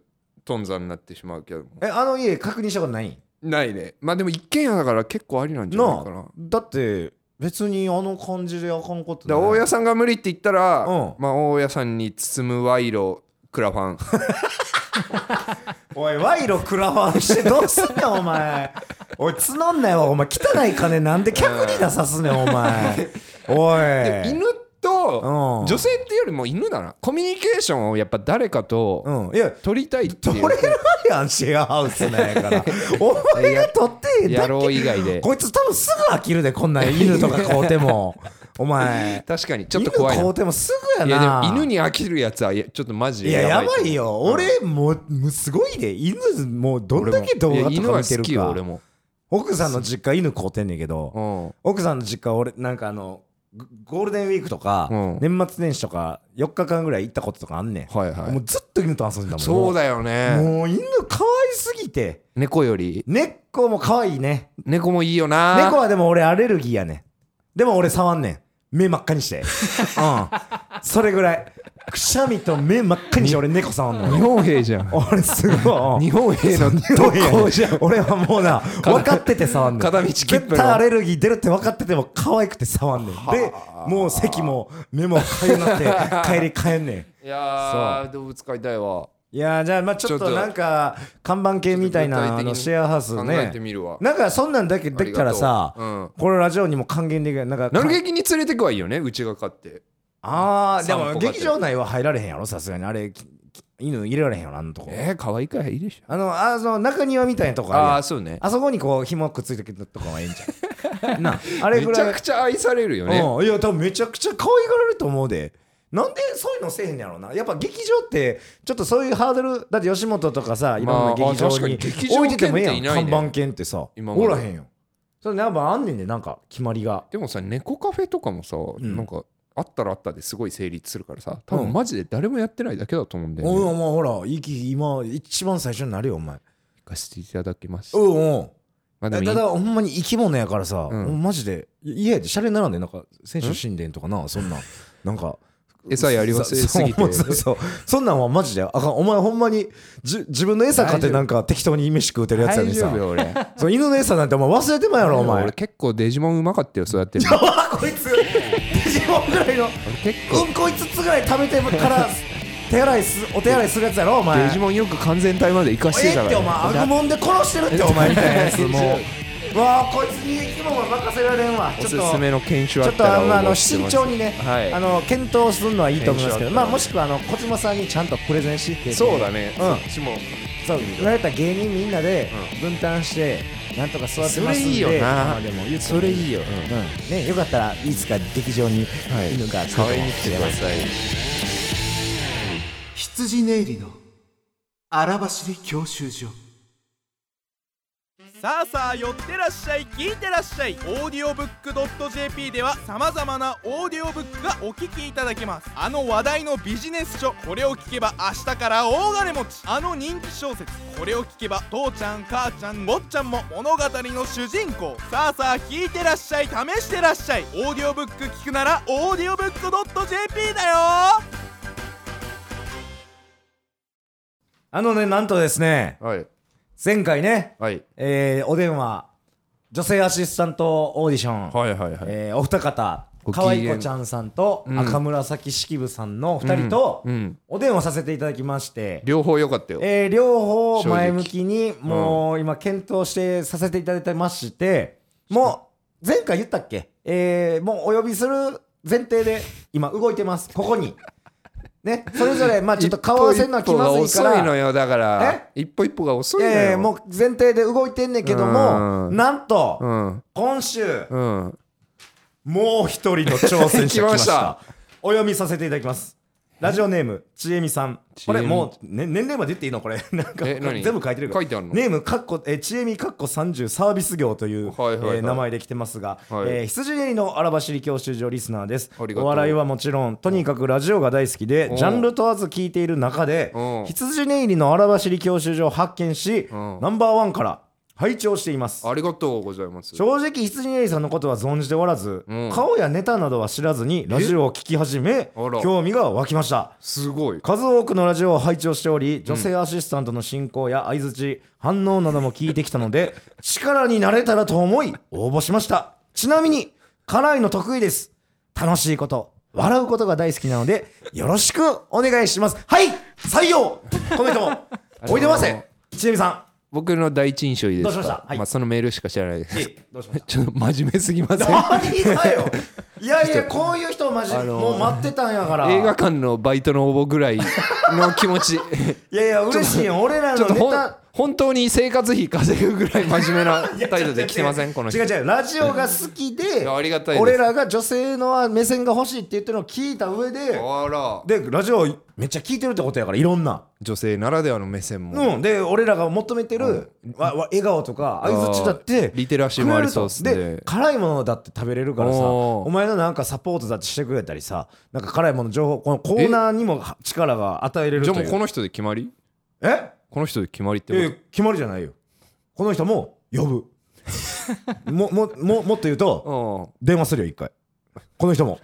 [SPEAKER 1] 頓挫になってしまうけども
[SPEAKER 2] えあの家確認したことない
[SPEAKER 1] ないねまあでも一軒家だから結構ありなんじゃない
[SPEAKER 2] な
[SPEAKER 1] かな
[SPEAKER 2] あだって別にあの感じであかんこと
[SPEAKER 1] だから大家さんが無理って言ったら、
[SPEAKER 2] うん
[SPEAKER 1] まあ大家さんに包む賄賂クラフ
[SPEAKER 2] <laughs>
[SPEAKER 1] ァン
[SPEAKER 2] おい賄賂クラファンしてどうすんねんお前 <laughs> おい募んないわお前汚い金なんで客に出さすねんお <laughs> 前おい
[SPEAKER 1] 犬と
[SPEAKER 2] うん
[SPEAKER 1] 女性っていうよりも犬だなコミュニケーションをやっぱ誰かと
[SPEAKER 2] うんいや
[SPEAKER 1] 取りたいって
[SPEAKER 2] 取
[SPEAKER 1] い
[SPEAKER 2] れ
[SPEAKER 1] う、
[SPEAKER 2] るやんシェアハウスなんやからお前が取ってん
[SPEAKER 1] 野
[SPEAKER 2] だ
[SPEAKER 1] 郎以外で
[SPEAKER 2] こいつ多分すぐ飽きるでこんなん犬とか買う
[SPEAKER 1] <laughs>
[SPEAKER 2] てもお前
[SPEAKER 1] 確かにちょっと怖いな
[SPEAKER 2] 犬買うてもすぐ
[SPEAKER 1] い
[SPEAKER 2] や
[SPEAKER 1] や
[SPEAKER 2] な
[SPEAKER 1] でも犬に飽きるやつはいやちょっとマジ
[SPEAKER 2] い
[SPEAKER 1] で
[SPEAKER 2] やや
[SPEAKER 1] と思
[SPEAKER 2] ば
[SPEAKER 1] う
[SPEAKER 2] いよ俺もうもうすごいで犬もうどんだけ動画とか見て
[SPEAKER 1] いや
[SPEAKER 2] る
[SPEAKER 1] 犬は好きよ
[SPEAKER 2] か
[SPEAKER 1] 俺も、
[SPEAKER 2] 奥さんの実家犬飼うてんねんけど奥さんの実家俺なんかあのゴゴールデンウィークとか
[SPEAKER 1] うん
[SPEAKER 2] 年末年始とか4日間ぐらい行ったこととかあんね
[SPEAKER 1] はいは
[SPEAKER 2] んも
[SPEAKER 1] いう
[SPEAKER 2] ずっと犬と遊んでたもん
[SPEAKER 1] そうだよね
[SPEAKER 2] もう犬可愛すぎて
[SPEAKER 1] 猫より
[SPEAKER 2] 猫も可愛いね
[SPEAKER 1] 猫もいいよな
[SPEAKER 2] 猫はでも俺アレルギーやねんでも俺触んねん目真っ赤にして
[SPEAKER 1] <laughs>
[SPEAKER 2] うんそれぐらいくしゃみと目真っ赤にして俺猫触ん
[SPEAKER 1] <laughs>
[SPEAKER 2] の
[SPEAKER 1] 日
[SPEAKER 2] よ
[SPEAKER 1] 本兵じゃん
[SPEAKER 2] 俺すごいうん
[SPEAKER 1] 日本兵の
[SPEAKER 2] ど
[SPEAKER 1] 特
[SPEAKER 2] うや
[SPEAKER 1] 攻じゃん
[SPEAKER 2] 俺はもうな分かってて触んねん
[SPEAKER 1] 片道切符の
[SPEAKER 2] 絶対アレルギー出るって分かってても可愛くて触んねんでもう席も目もか
[SPEAKER 1] <laughs>
[SPEAKER 2] ゆなって帰り帰んねん
[SPEAKER 1] いやー動物飼いたいわ
[SPEAKER 2] いやーじゃあまあちょっ
[SPEAKER 1] ちょっ
[SPEAKER 2] と
[SPEAKER 1] と
[SPEAKER 2] なんか看板系みたい
[SPEAKER 1] ちょっと具体的
[SPEAKER 2] なあ
[SPEAKER 1] に
[SPEAKER 2] のシェアハウス
[SPEAKER 1] 考え
[SPEAKER 2] ね
[SPEAKER 1] てみるわ
[SPEAKER 2] なんかそんなんだけ
[SPEAKER 1] あ
[SPEAKER 2] で
[SPEAKER 1] り
[SPEAKER 2] き
[SPEAKER 1] がとう
[SPEAKER 2] たらさ
[SPEAKER 1] うん
[SPEAKER 2] このラジオにも還元できるなんか
[SPEAKER 1] なる劇に連れてくわいいよねうちが飼って
[SPEAKER 2] あーで
[SPEAKER 1] 散歩
[SPEAKER 2] も
[SPEAKER 1] がてら
[SPEAKER 2] 劇場内は入られへんやろさすがにあれき犬入れられへんやろあのとこ
[SPEAKER 1] えー、可愛いからいいでしょ
[SPEAKER 2] あのあその中庭みたいなとこあるやん
[SPEAKER 1] ああーそうね
[SPEAKER 2] あそこにこう紐くっついてるとかはええんじ
[SPEAKER 1] <laughs>
[SPEAKER 2] ゃん。なああれ
[SPEAKER 1] め
[SPEAKER 2] ぐ
[SPEAKER 1] ち
[SPEAKER 2] ら
[SPEAKER 1] ゃ
[SPEAKER 2] い
[SPEAKER 1] く。ちゃ愛されるよね
[SPEAKER 2] うん、いや多分めちゃくちゃ可愛がられると思うで。なんでそういうのせえへんやろうなやっぱ劇場ってちょっとそういうハードルだって吉本とかさいろんな劇
[SPEAKER 1] まあ
[SPEAKER 2] 場
[SPEAKER 1] 確か
[SPEAKER 2] に
[SPEAKER 1] に劇場
[SPEAKER 2] 置いててもええやん、
[SPEAKER 1] 犬っていない
[SPEAKER 2] 看
[SPEAKER 1] ね
[SPEAKER 2] 板犬ってさ
[SPEAKER 1] 今まで
[SPEAKER 2] おらへんよそれなんかあんねんでなんか決まりが
[SPEAKER 1] でもさ猫カフェとかもさ、
[SPEAKER 2] ん
[SPEAKER 1] なんかあったらあったですごい成立するからさ多
[SPEAKER 2] う
[SPEAKER 1] 分
[SPEAKER 2] ん
[SPEAKER 1] マジで誰もやってないだけだと思うんだよ
[SPEAKER 2] おい
[SPEAKER 1] ね、
[SPEAKER 2] お前ほら息今一番最初になるよお前
[SPEAKER 1] 行かせていただきます
[SPEAKER 2] うんうん
[SPEAKER 1] まあで
[SPEAKER 2] た
[SPEAKER 1] もいい
[SPEAKER 2] だほんまに生き物やからさ、
[SPEAKER 1] うん
[SPEAKER 2] もうマジでい家でシャレにならんでなんか選手神殿とかなそんなんなんか
[SPEAKER 1] 餌やり忘れすぎて
[SPEAKER 2] そうそうそうそんなんはマジであかんお前ほんまにじ自分の餌買ってなんか適当に飯食うてるやつやね
[SPEAKER 1] 大
[SPEAKER 2] ん
[SPEAKER 1] 丈夫
[SPEAKER 2] さ
[SPEAKER 1] よ俺
[SPEAKER 2] そう犬の餌なんてお前忘れてまうやろお前
[SPEAKER 1] 俺結構デジモンうまかったよ育て <laughs> るの
[SPEAKER 2] あ <laughs> こいつデジモンぐらいの
[SPEAKER 1] 結構
[SPEAKER 2] うんこいつつぐらい食べてから手洗いすお手洗いするやつやろお前
[SPEAKER 1] デジモンよく完全体まで生かして
[SPEAKER 2] え
[SPEAKER 1] たか
[SPEAKER 2] えって
[SPEAKER 1] ら
[SPEAKER 2] お
[SPEAKER 1] ね
[SPEAKER 2] 前アグモンで殺してるってお前みたいなやつ
[SPEAKER 1] <laughs>
[SPEAKER 2] もうわあこいつに生き物は任せられんわ
[SPEAKER 1] お
[SPEAKER 2] ちょっ
[SPEAKER 1] す
[SPEAKER 2] と
[SPEAKER 1] すめの研修
[SPEAKER 2] ち
[SPEAKER 1] あ
[SPEAKER 2] ょ
[SPEAKER 1] っ
[SPEAKER 2] ったと
[SPEAKER 1] ら
[SPEAKER 2] あのあ
[SPEAKER 1] 応
[SPEAKER 2] の
[SPEAKER 1] 募して
[SPEAKER 2] 慎
[SPEAKER 1] ます
[SPEAKER 2] 重にね、
[SPEAKER 1] はい
[SPEAKER 2] あの検討するのはいいと思いますけ
[SPEAKER 1] 検証あっ
[SPEAKER 2] ど、
[SPEAKER 1] た
[SPEAKER 2] ま
[SPEAKER 1] ら
[SPEAKER 2] あ、もしくはあの小島さんにちゃんとプレゼンして
[SPEAKER 1] そうだね
[SPEAKER 2] うん
[SPEAKER 1] そっちも
[SPEAKER 2] そう言われたら芸人みんなで分担して、なんとか育てま
[SPEAKER 1] そ
[SPEAKER 2] すんで
[SPEAKER 1] れいいよな
[SPEAKER 2] まあでも言うと
[SPEAKER 1] それいいよ
[SPEAKER 2] うんね、よかったらいつか劇場に犬が来るか
[SPEAKER 1] 可
[SPEAKER 2] も
[SPEAKER 1] 愛いに来
[SPEAKER 2] してれ
[SPEAKER 1] く
[SPEAKER 2] ま
[SPEAKER 1] だ
[SPEAKER 2] せん
[SPEAKER 1] さい
[SPEAKER 3] 羊ネイリの荒走り教習所
[SPEAKER 4] さあさあ寄ってらっしゃい聞いてらっしゃいオーディオブックドット JP ではさまざまなオーディオブックがお聞きいただけますあの話題のビジネス書これを聞けば明日から大金持ちあの人気小説これを聞けば父ちゃん母ちゃん坊ちゃんも物語の主人公さあさあ聞いてらっしゃい試してらっしゃいオーディオブック聞くならオーディオブックドット JP だよ
[SPEAKER 2] あのねなんとですね
[SPEAKER 1] はい
[SPEAKER 2] 前回ね、
[SPEAKER 1] はい
[SPEAKER 2] えーお電話女性アシスタントオーディション、
[SPEAKER 1] はいはいはい
[SPEAKER 2] えーお二方
[SPEAKER 1] ご機嫌
[SPEAKER 2] 可愛い子ちゃんさんと
[SPEAKER 1] うん
[SPEAKER 2] 赤紫式部さんの2人と
[SPEAKER 1] うんうん
[SPEAKER 2] お電話させていただきまして、
[SPEAKER 1] 両方良かったよ
[SPEAKER 2] えー両方前向きにもう今検討してさせていただいてましてもう前回言ったっけ、えーもうお呼びする前提で今動いてますこ
[SPEAKER 1] <laughs>
[SPEAKER 2] こに。ね、それぞれまあちょっと顔合わせるのは気まずいから
[SPEAKER 1] 一歩一歩が遅いのよだから一歩一歩が遅いのよ、
[SPEAKER 2] ええもう前提で動いてんねんけども、
[SPEAKER 1] うん
[SPEAKER 2] なんと、
[SPEAKER 1] うん
[SPEAKER 2] 今週、
[SPEAKER 1] うん
[SPEAKER 2] もう一人の挑戦
[SPEAKER 1] <laughs> 来
[SPEAKER 2] 者来
[SPEAKER 1] ま
[SPEAKER 2] ま
[SPEAKER 1] し
[SPEAKER 2] したた。お読みさせていただきます。ラジオネーム、ちえみさん。
[SPEAKER 1] ちえ
[SPEAKER 2] こ
[SPEAKER 1] み
[SPEAKER 2] れもう、ね、年齢まで言っていいのこれ。 <laughs> なんか
[SPEAKER 1] え何
[SPEAKER 2] 全部書いてるから
[SPEAKER 1] 書いてあるの
[SPEAKER 2] ネーム、かっこ、えーちえみかっこ30サービス業という、
[SPEAKER 1] はいはいはい
[SPEAKER 2] えー名前で来てますが、
[SPEAKER 1] はい
[SPEAKER 2] えー羊練りの荒走り教習所リスナーです。
[SPEAKER 1] ありがとう
[SPEAKER 2] お笑いはもちろん、とにかくラジオが大好きで
[SPEAKER 1] う、ん
[SPEAKER 2] ジャンル問わず聞いている中で
[SPEAKER 1] うん、
[SPEAKER 2] 羊練りの荒走り教習所を発見し、
[SPEAKER 1] うん
[SPEAKER 2] ナンバーワンから拝聴しています。
[SPEAKER 1] ありがとうございます
[SPEAKER 2] 正直羊ネイリさんのことは存じておらず、
[SPEAKER 1] うん
[SPEAKER 2] 顔やネタなどは知らずにラジオを聞き始め
[SPEAKER 1] あら
[SPEAKER 2] 興味が湧きました
[SPEAKER 1] すごい
[SPEAKER 2] 数多くのラジオを拝聴しており女性アシスタントの進行や相づち反応なども聞いてきたので力になれたらと思い応募しましたちなみに辛いの得意です楽しいこと笑うことが大好きなのでよろしくお願いしますはい採用コメントもおいでませちえみさ
[SPEAKER 1] 僕の第一印象いいですか
[SPEAKER 2] どうしましたはい
[SPEAKER 1] まあ、そのメールしか知らないで <laughs>
[SPEAKER 2] んい
[SPEAKER 1] す
[SPEAKER 2] いどうしました
[SPEAKER 1] ちょっと真面目すぎません <laughs>
[SPEAKER 2] 何がよいやいやこういう人マジ、もう待ってたんやから
[SPEAKER 1] 映画館のバイトの応募ぐらいの気持 <laughs> ち
[SPEAKER 2] いやいや嬉しいよ俺ら
[SPEAKER 1] ちょ
[SPEAKER 2] の
[SPEAKER 1] っと
[SPEAKER 2] ネ
[SPEAKER 1] ほん
[SPEAKER 2] タ
[SPEAKER 1] 本当に生活費稼ぐぐらい真面目な態度で来てませんこの人
[SPEAKER 2] 違う違うラジオが好きで
[SPEAKER 1] やありがた <laughs> いです
[SPEAKER 2] 俺らが女性の目線が欲しいって言ってるのを聞いた上で
[SPEAKER 1] あら
[SPEAKER 2] でラジオめっちゃ聞いてるってことやからいろんな、
[SPEAKER 1] 女性ならではの目線も、
[SPEAKER 2] うん、で俺らが求めてる、わわ笑顔とか相づちだって
[SPEAKER 1] リテラシーもありそうっすね
[SPEAKER 2] くれると辛いものだって食べれるからさ
[SPEAKER 1] おー
[SPEAKER 2] お前のなんかサポートだってしてくれたりさなんか辛いもの情報このコーナーにも力が与えれる
[SPEAKER 1] じ
[SPEAKER 2] と
[SPEAKER 1] ゃ
[SPEAKER 2] い
[SPEAKER 1] あもうこ
[SPEAKER 2] う
[SPEAKER 1] の人で決まり
[SPEAKER 2] え
[SPEAKER 1] この人で決まりって
[SPEAKER 2] い
[SPEAKER 1] こ
[SPEAKER 2] やいや決まりじゃないよこの人も呼ぶ <laughs> ももももっと言うと
[SPEAKER 1] と
[SPEAKER 2] 電話するよ一回この人も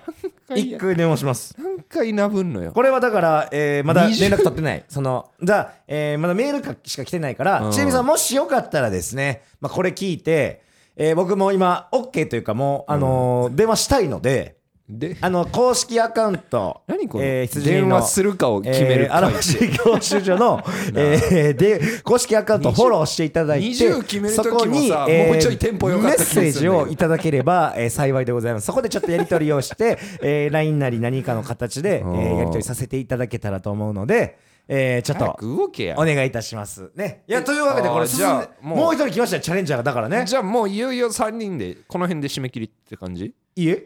[SPEAKER 1] 回や
[SPEAKER 2] 一回電話します
[SPEAKER 1] うん何回なぶんのよ
[SPEAKER 2] これはだから、えーまだ
[SPEAKER 1] 20
[SPEAKER 2] 連絡取ってないそのじゃあ、えーまだメールかしか来てないから、
[SPEAKER 1] うん
[SPEAKER 2] ちなみにさんもしよかったらですね、まあ、これ聞いて、えー僕も今 OK というかもう、あのー電話したいので
[SPEAKER 1] で
[SPEAKER 2] あの公式アカウント
[SPEAKER 1] 何この、
[SPEAKER 2] えー羊の
[SPEAKER 1] 電話するかを決める
[SPEAKER 2] え
[SPEAKER 1] 会
[SPEAKER 2] ー、荒走り教習
[SPEAKER 1] <laughs>
[SPEAKER 2] 所の、えーで公式アカウントフォローしていただいて
[SPEAKER 1] 20決める時もさ
[SPEAKER 2] そこに
[SPEAKER 1] もうちょいテンポ良かった気がする
[SPEAKER 2] メッ
[SPEAKER 1] んだけど
[SPEAKER 2] セージをいただければ、えー幸いでございますそこでちょっとやり取りをして、 <laughs> えー LINE なり何かの形で、え
[SPEAKER 1] おー
[SPEAKER 2] ーやり取りさせていただけたらと思うので、えーちょっ
[SPEAKER 1] 早
[SPEAKER 2] と
[SPEAKER 1] く動けや
[SPEAKER 2] お願いいたしますねいやというわけでこ
[SPEAKER 1] あー
[SPEAKER 2] れ進ん
[SPEAKER 1] じ
[SPEAKER 2] で
[SPEAKER 1] ゃあもう
[SPEAKER 2] もう一人来ましたよチャレンジャーがだからね
[SPEAKER 1] じゃあもういよいよ3人でこの辺で締め切りって感じ
[SPEAKER 2] い
[SPEAKER 1] <laughs>
[SPEAKER 2] いえ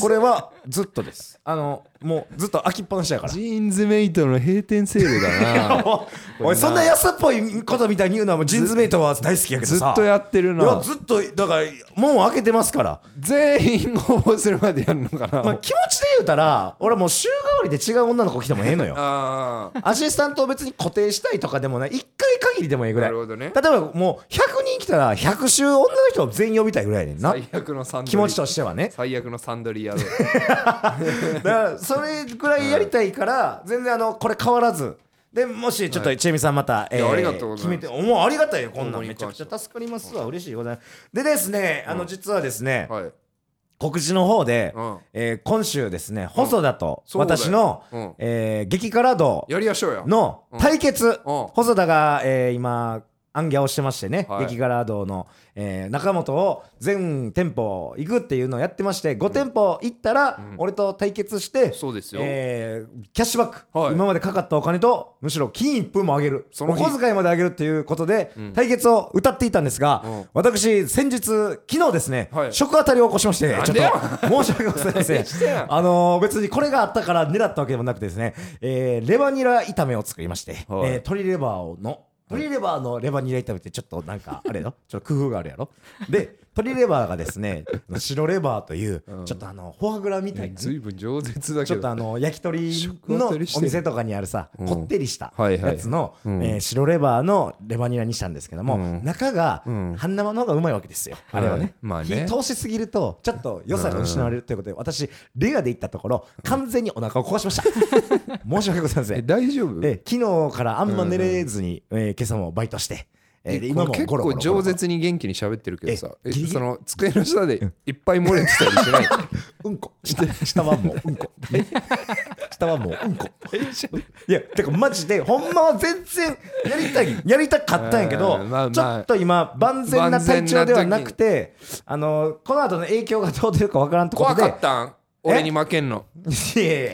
[SPEAKER 2] これはずっとですあのもうずっと空きっぱなしだから
[SPEAKER 1] ジーンズメイトの閉店セールだな
[SPEAKER 2] <laughs> おいそんな安っぽいことみたいに言うのはもうジンズメイトは大好きやけ
[SPEAKER 1] <laughs>
[SPEAKER 2] ど
[SPEAKER 1] ず
[SPEAKER 2] さ
[SPEAKER 1] っとやってる
[SPEAKER 2] いや
[SPEAKER 1] な
[SPEAKER 2] ずっとだから門を開けてますから、
[SPEAKER 1] 全員応募す <laughs> るまでやるのかな、
[SPEAKER 2] まあ、気持ちで言うたら俺もう週替わりで違う女の子来てもええのよ
[SPEAKER 1] ああ
[SPEAKER 2] アシスタントを別に固定したいとかでもない1回限りでもええぐら
[SPEAKER 1] ないる
[SPEAKER 2] 例え
[SPEAKER 1] ほどね
[SPEAKER 2] ばもう100人来たら100週女の人を全員呼びたいぐらいやねんな
[SPEAKER 1] 最悪のサンドリー
[SPEAKER 2] 気持ちとしてはね
[SPEAKER 1] 最悪のサンドリーやろ
[SPEAKER 2] だからそれぐらいやりたいから全然あのこれ変わらずでもしちょっ
[SPEAKER 1] は
[SPEAKER 2] とちえみさんまた、え
[SPEAKER 1] やありがとうございます
[SPEAKER 2] 決めてもうありがたいよこんな
[SPEAKER 1] 応募
[SPEAKER 2] ん
[SPEAKER 1] に
[SPEAKER 2] めちゃ
[SPEAKER 1] 関
[SPEAKER 2] く
[SPEAKER 1] して
[SPEAKER 2] ち
[SPEAKER 1] は
[SPEAKER 2] ゃ助かりますわ嬉しいございますでですねあの実 <laughs> はですね、
[SPEAKER 1] はい
[SPEAKER 2] 告知の方で、
[SPEAKER 1] うん
[SPEAKER 2] えー今週ですね細田と
[SPEAKER 1] そうだよ
[SPEAKER 2] 私の、
[SPEAKER 1] うん
[SPEAKER 2] えー激辛道
[SPEAKER 1] やりやしょうや
[SPEAKER 2] の対決、細田が、えー今アンギャをしてましてね、
[SPEAKER 1] はい
[SPEAKER 2] 激辛道の、えー中本を全店舗行くっていうのをやってまして5店舗行ったら、俺と対決して、
[SPEAKER 1] そうですよ
[SPEAKER 2] えーキャッシュバック、
[SPEAKER 1] はい
[SPEAKER 2] 今までかかったお金とむしろ金1分も上げる
[SPEAKER 1] その
[SPEAKER 2] お
[SPEAKER 1] 日
[SPEAKER 2] 小遣いまで上げるっていうことで、対決を歌っていたんですが、
[SPEAKER 1] うん
[SPEAKER 2] 私先日昨日ですね、
[SPEAKER 1] はい
[SPEAKER 2] 食あたりを起こしまして
[SPEAKER 1] なん
[SPEAKER 2] ちょっ
[SPEAKER 1] でや
[SPEAKER 2] と申し訳ございません
[SPEAKER 1] してや
[SPEAKER 2] あのー別にこれがあったから狙ったわけでもなくてですね、えーレバニラ炒めを作りまして、
[SPEAKER 1] はい
[SPEAKER 2] えー鶏レバーをの鶏レバーのレバニラ炒めってちょっとなんか
[SPEAKER 1] <laughs>
[SPEAKER 2] あれやろちょっと工夫があるやろで鶏レバーがですね白レバーというちょっとあのフォアグラみたいなね
[SPEAKER 1] ずいぶん饒舌だ
[SPEAKER 2] ち
[SPEAKER 1] け
[SPEAKER 2] ょっと
[SPEAKER 1] ど
[SPEAKER 2] あの焼き鳥
[SPEAKER 1] 食
[SPEAKER 2] の
[SPEAKER 1] あたりして
[SPEAKER 2] お店とかにあるさ
[SPEAKER 1] うん
[SPEAKER 2] こってりした
[SPEAKER 1] はいはい
[SPEAKER 2] やつのえ
[SPEAKER 1] うん
[SPEAKER 2] ー白レバーのレバニラにしたんですけど
[SPEAKER 1] うん
[SPEAKER 2] も中が
[SPEAKER 1] うん
[SPEAKER 2] 半生の方がうまいわけですよあれは
[SPEAKER 1] はい
[SPEAKER 2] ね
[SPEAKER 1] まあね
[SPEAKER 2] 火通しすぎるとちょっと良さが失われるということで私レアで行ったところ完全にお腹を壊しました申し訳ございませ
[SPEAKER 1] え
[SPEAKER 2] ん
[SPEAKER 1] 大丈夫
[SPEAKER 2] え昨日からあんま寝れずにえー今朝もバイトしてええー
[SPEAKER 1] え
[SPEAKER 2] で
[SPEAKER 1] これ結
[SPEAKER 2] ゴロゴ
[SPEAKER 1] 構
[SPEAKER 2] ロゴロゴロ
[SPEAKER 1] 饒舌に元気に喋ってるけどさえ
[SPEAKER 2] えギリギリ
[SPEAKER 1] その机の下でいっぱい漏れてたりしない
[SPEAKER 2] うん <laughs> こ下下はもううんこ下はもううんこいやてかマジでほんまは全然やりたいやりたかったんやけど、
[SPEAKER 1] あーまあまあ
[SPEAKER 2] ちょっと今万全な体調ではなくてあのこの後の影響がどう出るかわからんとこ
[SPEAKER 1] 怖
[SPEAKER 2] ろで
[SPEAKER 1] かったん俺に負けんの
[SPEAKER 2] いやいやいや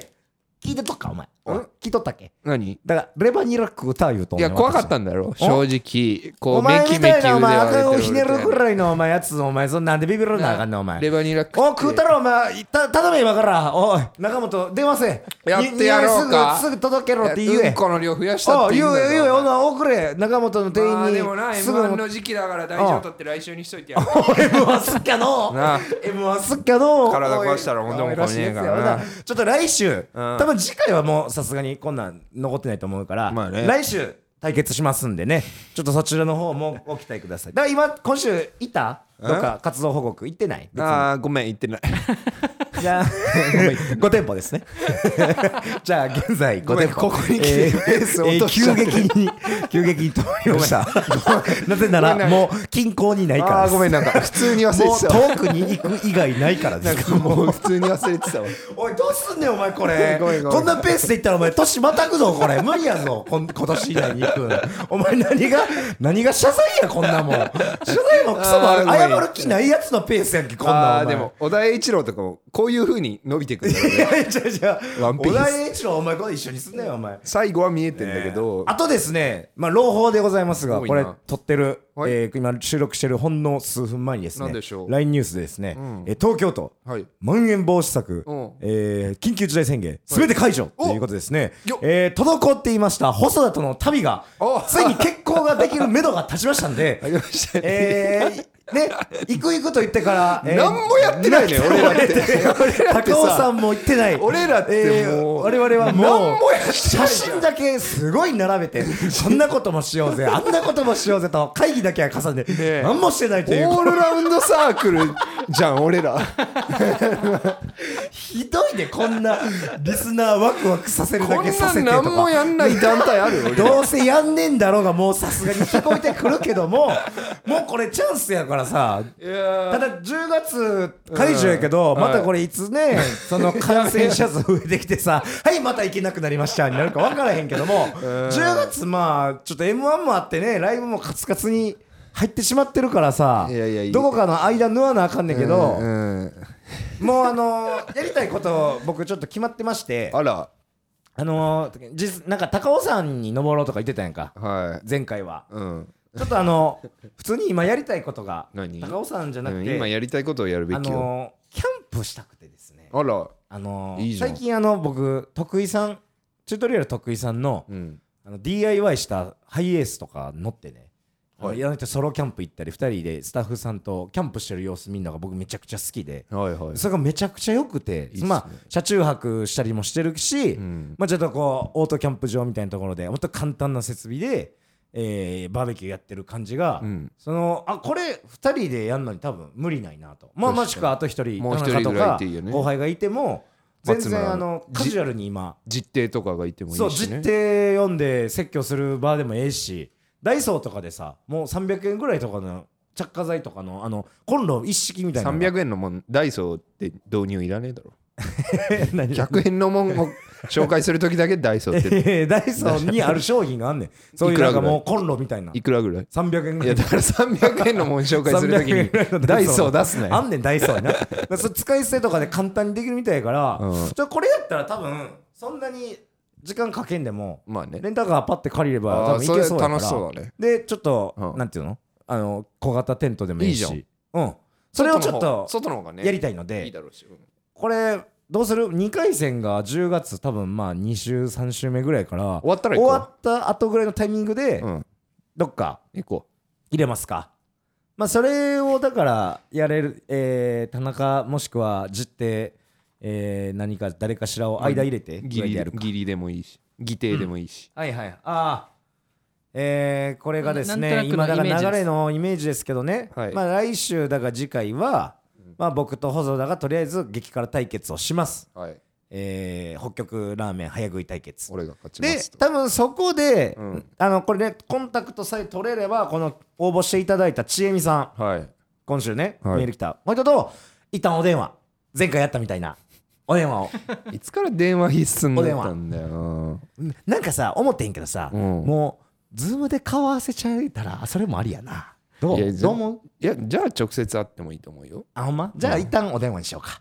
[SPEAKER 2] 聞いてとっかお前おい聞いとったっけ
[SPEAKER 1] 何
[SPEAKER 2] だからレバニラ食うた言うとん
[SPEAKER 1] いや
[SPEAKER 2] ねん
[SPEAKER 1] 怖かっ
[SPEAKER 2] 私
[SPEAKER 1] たんだろ正直こ
[SPEAKER 2] お
[SPEAKER 1] うめ
[SPEAKER 2] 前
[SPEAKER 1] きめき
[SPEAKER 2] み
[SPEAKER 1] 腕
[SPEAKER 2] たいなお
[SPEAKER 1] を
[SPEAKER 2] 前
[SPEAKER 1] 上げ
[SPEAKER 2] 赤
[SPEAKER 1] て
[SPEAKER 2] を
[SPEAKER 1] る
[SPEAKER 2] ひねるぐらいのお前やつお前そんなんでビビるなあかんねんお前
[SPEAKER 1] レバニラ食って
[SPEAKER 2] お食うたろお前た頼め今からおい中本電話せ
[SPEAKER 1] やってやろう
[SPEAKER 2] に匂い
[SPEAKER 1] か
[SPEAKER 2] すぐすぐ届けろって言え
[SPEAKER 1] うんこの量増やした
[SPEAKER 2] お
[SPEAKER 1] っ
[SPEAKER 2] う
[SPEAKER 1] ていい
[SPEAKER 2] 言
[SPEAKER 1] ん
[SPEAKER 2] う
[SPEAKER 1] だ
[SPEAKER 2] よ言うよ
[SPEAKER 1] ぞ
[SPEAKER 2] お送れ中本の店
[SPEAKER 1] まあでも
[SPEAKER 2] 員
[SPEAKER 1] な
[SPEAKER 2] にすぐ
[SPEAKER 1] M1
[SPEAKER 2] お
[SPEAKER 1] の時期だから大丈夫だって来週にしといてやる
[SPEAKER 2] M1 すっきゃのう
[SPEAKER 1] なあ
[SPEAKER 2] M1 すっきゃのう
[SPEAKER 1] 体壊したらほんでもこねえからな
[SPEAKER 2] おいらしいやつやちょっと来週多分次回はもうさすがにこんなん残ってないと思うから
[SPEAKER 1] まあね
[SPEAKER 2] 来週対決しますんでねちょっとそちらの方もご期待くださいだから今今週いたどっか活動報告行ってない別に
[SPEAKER 1] ああごめん言って <laughs> ない
[SPEAKER 2] じゃあ、5店舗で
[SPEAKER 1] <laughs>
[SPEAKER 2] すね。じゃあ、現在
[SPEAKER 1] ご
[SPEAKER 2] 5店舗。
[SPEAKER 1] めんここに来てペース落としちゃ
[SPEAKER 2] 急
[SPEAKER 1] って
[SPEAKER 2] 激に、急激に飛びました。なぜな
[SPEAKER 1] ご
[SPEAKER 2] ら、
[SPEAKER 1] めん
[SPEAKER 2] もう近郊にないか
[SPEAKER 1] あ
[SPEAKER 2] らで
[SPEAKER 1] ー
[SPEAKER 2] す。
[SPEAKER 1] ごめんなんか普通に忘れ
[SPEAKER 2] もう
[SPEAKER 1] てたわ
[SPEAKER 2] 遠くに行く以外ないからで
[SPEAKER 1] なん
[SPEAKER 2] す。
[SPEAKER 1] かもう普通に忘れてたわ
[SPEAKER 2] おい、どうすんねん、お前、これ。
[SPEAKER 1] ごめんごめん
[SPEAKER 2] こんなペースでいったら、お前、年またぐぞ、これ。無理やぞ、こん今年以内に行く。お前、何が、何が謝罪や、こんなもん。謝罪もクソもある
[SPEAKER 1] あーごめん
[SPEAKER 2] 謝る気ないやつのペースやんけ、こんなんお
[SPEAKER 1] あ
[SPEAKER 2] 前
[SPEAKER 1] あーでも小田栄一郎とかもこういう風に伸びてくるんだろうね
[SPEAKER 2] いやいやいや
[SPEAKER 1] ワンピース
[SPEAKER 2] 小田栄一郎お前これ一緒にすんなよお前
[SPEAKER 1] <laughs> 最後は見えてんだけど、
[SPEAKER 2] あとですねまあ朗報でございますが
[SPEAKER 1] 多い
[SPEAKER 2] こ
[SPEAKER 1] な
[SPEAKER 2] れ撮ってる、
[SPEAKER 1] はい
[SPEAKER 2] えー今収録してるほんの数分前にですね
[SPEAKER 1] なんでしょう
[SPEAKER 2] LINE ニュースでですね、
[SPEAKER 1] ん
[SPEAKER 2] えー東京都
[SPEAKER 1] はい
[SPEAKER 2] まん延防止策
[SPEAKER 1] うん、
[SPEAKER 2] えー緊急事態宣言、すべて解除ということですね
[SPEAKER 1] よっ、
[SPEAKER 2] えー滞っていました細田との旅が
[SPEAKER 1] お、
[SPEAKER 2] ついに決行ができるめどが立ちました
[SPEAKER 1] <laughs>
[SPEAKER 2] んで、
[SPEAKER 1] ありましたね
[SPEAKER 2] えーね、行く行くと言ってから、えー
[SPEAKER 1] 何もやってないね <laughs> 俺らって
[SPEAKER 2] 高尾さんも行ってない
[SPEAKER 1] 俺らってもう
[SPEAKER 2] えー我々はも
[SPEAKER 1] 何もやってな
[SPEAKER 2] う
[SPEAKER 1] い
[SPEAKER 2] 写真だけすごい並べ
[SPEAKER 1] <laughs>
[SPEAKER 2] てこんなこともしようぜあんなこともしようぜと会議だけは重ね
[SPEAKER 1] え
[SPEAKER 2] て何もしてないという
[SPEAKER 1] オールラウンドサークルじゃん俺ら
[SPEAKER 2] ひどいねこんなリスナーワクワクさせる
[SPEAKER 1] こ
[SPEAKER 2] だ
[SPEAKER 1] ん
[SPEAKER 2] けさ
[SPEAKER 1] な
[SPEAKER 2] せてと
[SPEAKER 1] 何も
[SPEAKER 2] か
[SPEAKER 1] やんない団体ある俺ら
[SPEAKER 2] どうせやんねんだろうがもうさすがに聞こえてくるけどももうこれチャンスやからさ
[SPEAKER 1] いや
[SPEAKER 2] ただ10月解除やけど、
[SPEAKER 1] うん
[SPEAKER 2] またこれいつね、その感染者数増えてき
[SPEAKER 1] <laughs>
[SPEAKER 2] てさはいまた行けなくなりましたになるか分からへんけども、10月まあちょっと m 1もあってねライブもカツカツに入ってしまってるからさ
[SPEAKER 1] いやいやいや
[SPEAKER 2] どこかの間縫わなあかんねんけど、
[SPEAKER 1] うん
[SPEAKER 2] もうあのーやりたいこと僕ちょっと決まってましてあ
[SPEAKER 1] あら
[SPEAKER 2] のー実なんか高尾山に登ろうとか言ってたやんか
[SPEAKER 1] はい
[SPEAKER 2] 前回は
[SPEAKER 1] うん
[SPEAKER 2] ちょっとあの普通に今やりたいことが
[SPEAKER 1] 何
[SPEAKER 2] 高尾山じゃな
[SPEAKER 1] う
[SPEAKER 2] く
[SPEAKER 1] ん
[SPEAKER 2] て、
[SPEAKER 1] 今やりたいことをやるべ
[SPEAKER 2] あ
[SPEAKER 1] きよ
[SPEAKER 2] のーキャンプしたくてですね
[SPEAKER 1] あら
[SPEAKER 2] あのー
[SPEAKER 1] いいじゃん
[SPEAKER 2] 最近あの僕徳井さんチュートリアル徳井さんの,、
[SPEAKER 1] うん
[SPEAKER 2] あの DIY したハイエースとか乗ってね、
[SPEAKER 1] はい
[SPEAKER 2] い、やめてソロキャンプ行ったり2人でスタッフさんとキャンプしてる様子見るのが僕めちゃくちゃ好きで、
[SPEAKER 1] はいはい
[SPEAKER 2] それがめちゃくちゃ良くて
[SPEAKER 1] いっすね
[SPEAKER 2] まあ車中泊したりもしてるし、
[SPEAKER 1] うん
[SPEAKER 2] まあ、ちょっとこうオートキャンプ場みたいなところでもっと簡単な設備で、えーバーベキューやってる感じが、
[SPEAKER 1] うん
[SPEAKER 2] そのあこれ2人でやるのに多分無理ないなと、ま
[SPEAKER 1] 確か
[SPEAKER 2] あ、
[SPEAKER 1] に
[SPEAKER 2] もしくはあと1人
[SPEAKER 1] もう一人
[SPEAKER 2] 田中と
[SPEAKER 1] ぐらい
[SPEAKER 2] か
[SPEAKER 1] いていいよね
[SPEAKER 2] 後輩がいても全
[SPEAKER 1] 松
[SPEAKER 2] 然
[SPEAKER 1] 村
[SPEAKER 2] あの
[SPEAKER 1] じ
[SPEAKER 2] カジュアルに今
[SPEAKER 1] 実定とかがいてもいいし
[SPEAKER 2] そ
[SPEAKER 1] ね
[SPEAKER 2] う実定読んで説教する場でもええしダイソーとかでさもう300円ぐらいとかの着火剤とかのあのコンロ一式みたいなのが
[SPEAKER 1] 300円のもんダイソーって導入いらねえだろ
[SPEAKER 2] <laughs> 何
[SPEAKER 1] 100円のもんを紹介するときだけダイソー
[SPEAKER 2] <laughs>
[SPEAKER 1] って
[SPEAKER 2] えーダイソーにある商品があんねん。そういう
[SPEAKER 1] いく
[SPEAKER 2] な
[SPEAKER 1] ら
[SPEAKER 2] ん
[SPEAKER 1] ぐ
[SPEAKER 2] から
[SPEAKER 1] い
[SPEAKER 2] もうコンロみたいな。
[SPEAKER 1] いくらぐらい
[SPEAKER 2] 300
[SPEAKER 1] い
[SPEAKER 2] 円ぐら
[SPEAKER 1] や
[SPEAKER 2] い。
[SPEAKER 1] だから300円のもん紹介するとき
[SPEAKER 2] 300円ぐらいの <laughs>
[SPEAKER 1] にダイソー出すな
[SPEAKER 2] あ
[SPEAKER 1] よ
[SPEAKER 2] んねん、ダイソーにな。だからそれ使い捨てとかで簡単にできるみたいやから、
[SPEAKER 1] うん
[SPEAKER 2] ちょっとこれやったら多分、そんなに時間かけんでも、
[SPEAKER 1] まあね
[SPEAKER 2] レンタカーパッて借りれば
[SPEAKER 1] あー
[SPEAKER 2] 多分い
[SPEAKER 1] そ
[SPEAKER 2] け
[SPEAKER 1] れ
[SPEAKER 2] そうやから。
[SPEAKER 1] 楽しそうだね
[SPEAKER 2] で、ちょっと、
[SPEAKER 1] うん
[SPEAKER 2] なんていうのあの、小型テントでもいいし。
[SPEAKER 1] いいじ
[SPEAKER 2] うん。それをちょっと
[SPEAKER 1] 外の方がね
[SPEAKER 2] やりたいので、
[SPEAKER 1] いいだろうしうん
[SPEAKER 2] これ、どうする ?2 回戦が10月多分まあ2週、3週目ぐらいから、
[SPEAKER 1] 終わったら
[SPEAKER 2] 終
[SPEAKER 1] 行こう
[SPEAKER 2] わった後ぐらいのタイミングで、
[SPEAKER 1] うん
[SPEAKER 2] どっか
[SPEAKER 1] 行こ
[SPEAKER 2] 入れますかまあそれをだからやれる、えー田中もしくは実定、えー何か誰かしらを間入れて
[SPEAKER 1] うギ
[SPEAKER 2] ぐらい
[SPEAKER 1] リ
[SPEAKER 2] でやるか
[SPEAKER 1] ギリでもいいし義弟でもいいし
[SPEAKER 2] はいはいああえーこれがです
[SPEAKER 5] な
[SPEAKER 2] ね
[SPEAKER 5] んと
[SPEAKER 2] 今
[SPEAKER 5] なく
[SPEAKER 2] だ
[SPEAKER 5] の
[SPEAKER 2] から流れ
[SPEAKER 5] イメージです
[SPEAKER 2] のイメージですけどね、
[SPEAKER 1] はい
[SPEAKER 2] まあ来週だから次回は、まあ、僕と細田がとりあえず激辛対決をします
[SPEAKER 1] はい
[SPEAKER 2] えー北極ラーメン早食い対決
[SPEAKER 1] 俺が勝ちま
[SPEAKER 2] です
[SPEAKER 1] と
[SPEAKER 2] 多分そこで、
[SPEAKER 1] うん
[SPEAKER 2] あのこれねコンタクトさえ取れればこの応募していただいたちえみさん
[SPEAKER 1] はい
[SPEAKER 2] 今週ね、
[SPEAKER 1] はい
[SPEAKER 2] メール来たこの人と一旦お電話前回やったみたいなお電話を <laughs>
[SPEAKER 1] いつから電話必須になったんだよ
[SPEAKER 2] なんかさ思ってんけどさ、
[SPEAKER 1] うん
[SPEAKER 2] もうズームで顔合わせちゃえたらそれもありやなど
[SPEAKER 1] いや
[SPEAKER 2] う
[SPEAKER 1] ぜ
[SPEAKER 2] どう思う
[SPEAKER 1] いやじゃあ直接会ってもいいと思うよ
[SPEAKER 2] あほんまじゃあ一旦お電話にしようか、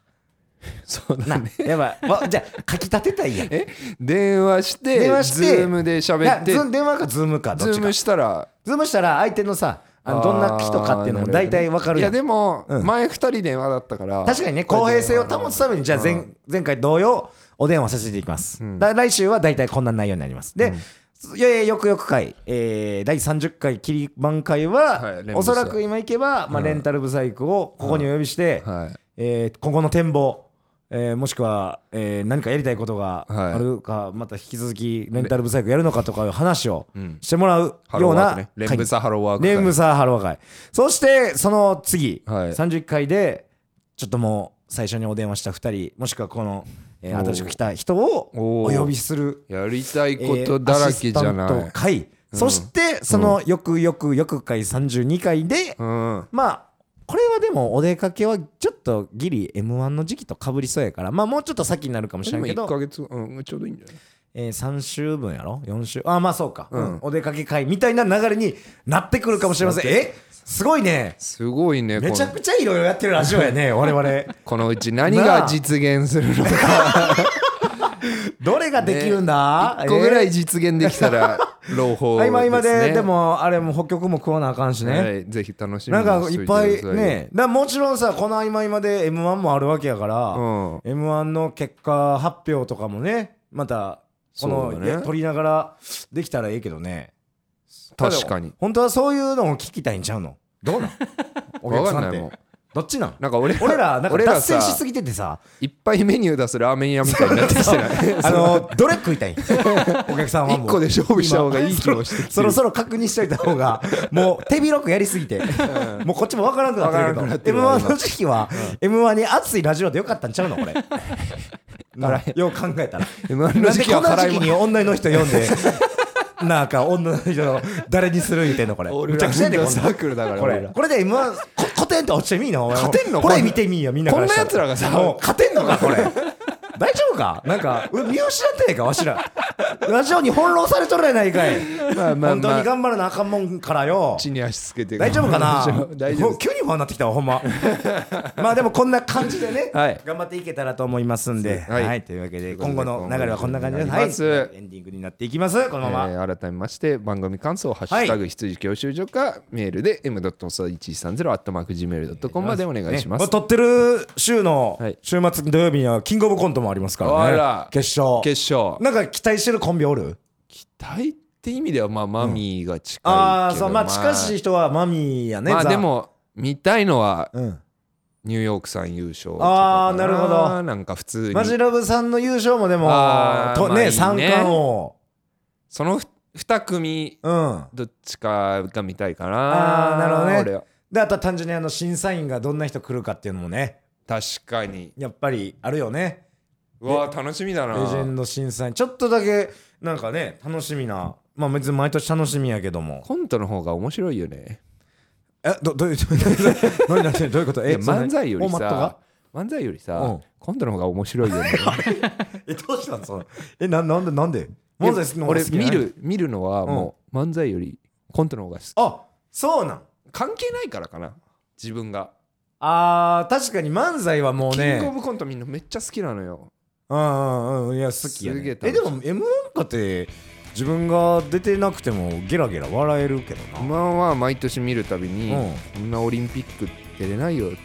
[SPEAKER 1] そうだ <laughs>
[SPEAKER 2] なやばいわじゃあ書き立てたいやん
[SPEAKER 1] え電話して
[SPEAKER 2] 電話して
[SPEAKER 1] ズームで
[SPEAKER 2] い
[SPEAKER 1] 喋
[SPEAKER 2] や
[SPEAKER 1] って
[SPEAKER 2] ズーム電話かズームかどっ
[SPEAKER 1] ズ
[SPEAKER 2] ち
[SPEAKER 1] ー
[SPEAKER 2] か
[SPEAKER 1] ムしたら
[SPEAKER 2] ズームしたら相手のさあのどんな人かっていうのも大体わかる
[SPEAKER 1] い
[SPEAKER 2] や
[SPEAKER 1] や
[SPEAKER 2] ん
[SPEAKER 1] でも、
[SPEAKER 2] うん
[SPEAKER 1] 前2人電話だったから
[SPEAKER 2] 確かにね公平性を保つためにじゃあ前前回同様お電話させていきます、
[SPEAKER 1] ん
[SPEAKER 2] だ来週は大体こんな内容になりますで、いやいやよくよく回、えー第30回切り番会は、
[SPEAKER 1] はいレンタル
[SPEAKER 2] おそらく今行けば、まあ、レンタルブサイクをここにお呼びして、
[SPEAKER 1] はい
[SPEAKER 2] えー今後の展望、えーもしくは、えー何かやりたいことがあるか、また引き続きレンタルブサイクやるのかとかいう話をしてもらう
[SPEAKER 1] ハロー
[SPEAKER 2] よう
[SPEAKER 1] ワーク
[SPEAKER 2] な
[SPEAKER 1] ねレンブサハローワーク
[SPEAKER 2] レンブサーハロー会そしてその次、
[SPEAKER 1] はい
[SPEAKER 2] 31回でちょっともう最初にお電話した2人もしくはこの、えー
[SPEAKER 1] おー
[SPEAKER 2] 新しく来た人を
[SPEAKER 1] お
[SPEAKER 2] お
[SPEAKER 1] ー
[SPEAKER 2] 呼びする
[SPEAKER 1] やりたいことだらけじゃない、
[SPEAKER 2] えーアシスタント会、そしてそのよくよくよく回32回で、
[SPEAKER 1] うん
[SPEAKER 2] まあこれはでもお出かけはちょっとギリ m 1の時期とかぶりそうやからまあもうちょっと先になるかもし
[SPEAKER 1] で
[SPEAKER 2] れん
[SPEAKER 1] も
[SPEAKER 2] け
[SPEAKER 1] 1ヶ
[SPEAKER 2] ど、
[SPEAKER 1] 月、うん、ちょうどいいんじゃない
[SPEAKER 2] えー、3週分やろ4週あまあそうか、
[SPEAKER 1] うん
[SPEAKER 2] うんお出かけ会みたいな流れになってくるかもしれませんえすごいね
[SPEAKER 1] すごいねこ
[SPEAKER 2] め
[SPEAKER 1] の
[SPEAKER 2] ちゃくちゃいろいろやってるラジオやね我々
[SPEAKER 1] このうち何が実現するのか
[SPEAKER 2] どれができるんだ、
[SPEAKER 1] 1個ぐら
[SPEAKER 2] え
[SPEAKER 1] い実現できた <laughs> ら朗報
[SPEAKER 2] ー
[SPEAKER 1] です、ね、
[SPEAKER 2] 合間合間ででもあれも北極も食わなあかんしね、
[SPEAKER 1] はい、ぜひ楽しみ
[SPEAKER 2] な
[SPEAKER 1] に
[SPEAKER 2] んか
[SPEAKER 1] しと
[SPEAKER 2] い
[SPEAKER 1] て
[SPEAKER 2] っ
[SPEAKER 1] くだ
[SPEAKER 2] ぱ
[SPEAKER 1] さ
[SPEAKER 2] いねだからもちろんさこの合間合間で m 1もあるわけやから、
[SPEAKER 1] うん
[SPEAKER 2] m 1の結果発表とかもねまたこ
[SPEAKER 1] そ
[SPEAKER 2] の、
[SPEAKER 1] うだね
[SPEAKER 2] や撮りながらできたらいいけどね
[SPEAKER 1] 確かに
[SPEAKER 2] 本当はそういうのを聞きたいんちゃうのど
[SPEAKER 1] <laughs>
[SPEAKER 2] うなんお
[SPEAKER 1] 分
[SPEAKER 2] 客
[SPEAKER 1] か
[SPEAKER 2] さん
[SPEAKER 1] んな
[SPEAKER 2] っ
[SPEAKER 1] い
[SPEAKER 2] て
[SPEAKER 1] もん
[SPEAKER 2] どっちなん
[SPEAKER 1] なんか <laughs> 俺
[SPEAKER 2] 俺らなんか
[SPEAKER 1] 俺
[SPEAKER 2] 脱
[SPEAKER 1] ら
[SPEAKER 2] 線
[SPEAKER 1] さ
[SPEAKER 2] しすぎててさ
[SPEAKER 1] いっぱいメニュー出すラーメン屋みたいになってきてない <laughs>
[SPEAKER 2] あのどれ食いたいんお客さんはも
[SPEAKER 1] 1
[SPEAKER 2] う
[SPEAKER 1] 個で勝負した方がいい気もしてきてる
[SPEAKER 2] そろそろ確認しといた方がもう手広くやりすぎてもうこっちも分からなく
[SPEAKER 1] 分からなく
[SPEAKER 2] なってるけど
[SPEAKER 1] なってる
[SPEAKER 2] M1 の時期は M1 に熱いラジオでよかったんちゃうのこれなよう考えたら
[SPEAKER 1] M1 の
[SPEAKER 2] なん
[SPEAKER 1] 時
[SPEAKER 2] で
[SPEAKER 1] 期
[SPEAKER 2] こ
[SPEAKER 1] は
[SPEAKER 2] んな時
[SPEAKER 1] 払い
[SPEAKER 2] 期
[SPEAKER 1] も
[SPEAKER 2] に女の人読
[SPEAKER 1] <laughs>
[SPEAKER 2] んでなんか女の人の誰にする言うてんのこれむちゃくちゃやでこん
[SPEAKER 1] サ
[SPEAKER 2] な
[SPEAKER 1] ークルだから
[SPEAKER 2] こ
[SPEAKER 1] 俺
[SPEAKER 2] れ
[SPEAKER 1] ら
[SPEAKER 2] これで M1 こコテンと落ちてみいなお前
[SPEAKER 1] <laughs> 勝てんの
[SPEAKER 2] こ
[SPEAKER 1] こ
[SPEAKER 2] れ
[SPEAKER 1] んな
[SPEAKER 2] 見てみいやみんな
[SPEAKER 1] こん
[SPEAKER 2] ら
[SPEAKER 1] な
[SPEAKER 2] した
[SPEAKER 1] やつらがさ
[SPEAKER 2] もう勝てんのかこれ <laughs> 大丈夫かなんかう見失ってないかわしらラジオに翻弄されとるやないかい
[SPEAKER 1] まあまあ
[SPEAKER 2] 本当に
[SPEAKER 1] まあ
[SPEAKER 2] 頑張らなあかんもんからよ
[SPEAKER 1] 地に足つけて
[SPEAKER 2] 大丈夫かな
[SPEAKER 1] <laughs> 大丈夫
[SPEAKER 2] もう急に不安になってきたわほんま
[SPEAKER 1] <laughs>
[SPEAKER 2] まあでもこんな感じでね、
[SPEAKER 1] はい
[SPEAKER 2] 頑張っていけたらと思いますんで、は
[SPEAKER 1] はいい
[SPEAKER 2] というわ
[SPEAKER 1] と
[SPEAKER 2] け
[SPEAKER 1] い
[SPEAKER 2] で
[SPEAKER 1] うこと
[SPEAKER 2] 今
[SPEAKER 1] で
[SPEAKER 2] 後の流れはこんな感じです
[SPEAKER 1] 今後の流れになります
[SPEAKER 2] はい、エンディングになっていきますこのまま、
[SPEAKER 1] えー改めまして番組感想「ハッシュタグ羊教習所」かメールで m 細1130 gmail.com までお願いしま
[SPEAKER 2] ね
[SPEAKER 1] す
[SPEAKER 2] これ撮ってる週の
[SPEAKER 1] はい
[SPEAKER 2] 週末土曜日にはキングオブコントもありますから
[SPEAKER 1] あ
[SPEAKER 2] ね、
[SPEAKER 1] ら
[SPEAKER 2] 決勝
[SPEAKER 1] 決勝
[SPEAKER 2] なんか期待してるコンビおる
[SPEAKER 1] 期待って意味ではまあマミーが近いけど
[SPEAKER 2] ああそうまあ近しい人はマミーやね
[SPEAKER 1] まあ
[SPEAKER 2] ザ
[SPEAKER 1] でも見たいのは
[SPEAKER 2] うん
[SPEAKER 1] ニューヨークさん優勝とか
[SPEAKER 2] あーなるほど
[SPEAKER 1] なんか普通に
[SPEAKER 2] マジラブさんの優勝もでも
[SPEAKER 1] あーま
[SPEAKER 2] と
[SPEAKER 1] あいい
[SPEAKER 2] ね
[SPEAKER 1] ね
[SPEAKER 2] 三冠王
[SPEAKER 1] その2組
[SPEAKER 2] うん
[SPEAKER 1] どっちかが見たいかな
[SPEAKER 2] あーなるほどね
[SPEAKER 1] 俺は
[SPEAKER 2] であとは単純にあの審査員がどんな人来るかっていうのもね
[SPEAKER 1] 確かに
[SPEAKER 2] やっぱりあるよね
[SPEAKER 1] うわー楽しみだな
[SPEAKER 2] レジェンド審査員ちょっとだけなんかね楽しみなまあ別に毎年楽しみやけども
[SPEAKER 1] コントの方が面白いよね
[SPEAKER 2] えどどういう <laughs> 何何何どういうこと
[SPEAKER 1] い
[SPEAKER 2] え
[SPEAKER 1] や漫才より
[SPEAKER 2] そのフォーマットが
[SPEAKER 1] さ漫才よりさ、
[SPEAKER 2] うん
[SPEAKER 1] コントの方が面白いよね
[SPEAKER 2] えどうしたのそのえななんでなんで <laughs> 漫才好きの方が
[SPEAKER 1] 俺
[SPEAKER 2] 好き
[SPEAKER 1] 見
[SPEAKER 2] じゃない
[SPEAKER 1] る見るのはもう漫才よりコントの方が好き
[SPEAKER 2] あそうなん
[SPEAKER 1] 関係ないからかな自分が、
[SPEAKER 2] あー確かに漫才はもうね
[SPEAKER 1] キングオブコントみんなめっちゃ好きなのよ
[SPEAKER 2] うんうんうんいや好きや、
[SPEAKER 1] すげ
[SPEAKER 2] ね
[SPEAKER 1] え、楽
[SPEAKER 2] え
[SPEAKER 1] しい
[SPEAKER 2] でも m 1かって自分が出てなくてもゲラゲラ笑えるけどな、
[SPEAKER 1] まあまあ毎年見るたびに、
[SPEAKER 2] うん
[SPEAKER 1] こんなオリンピック出れないよって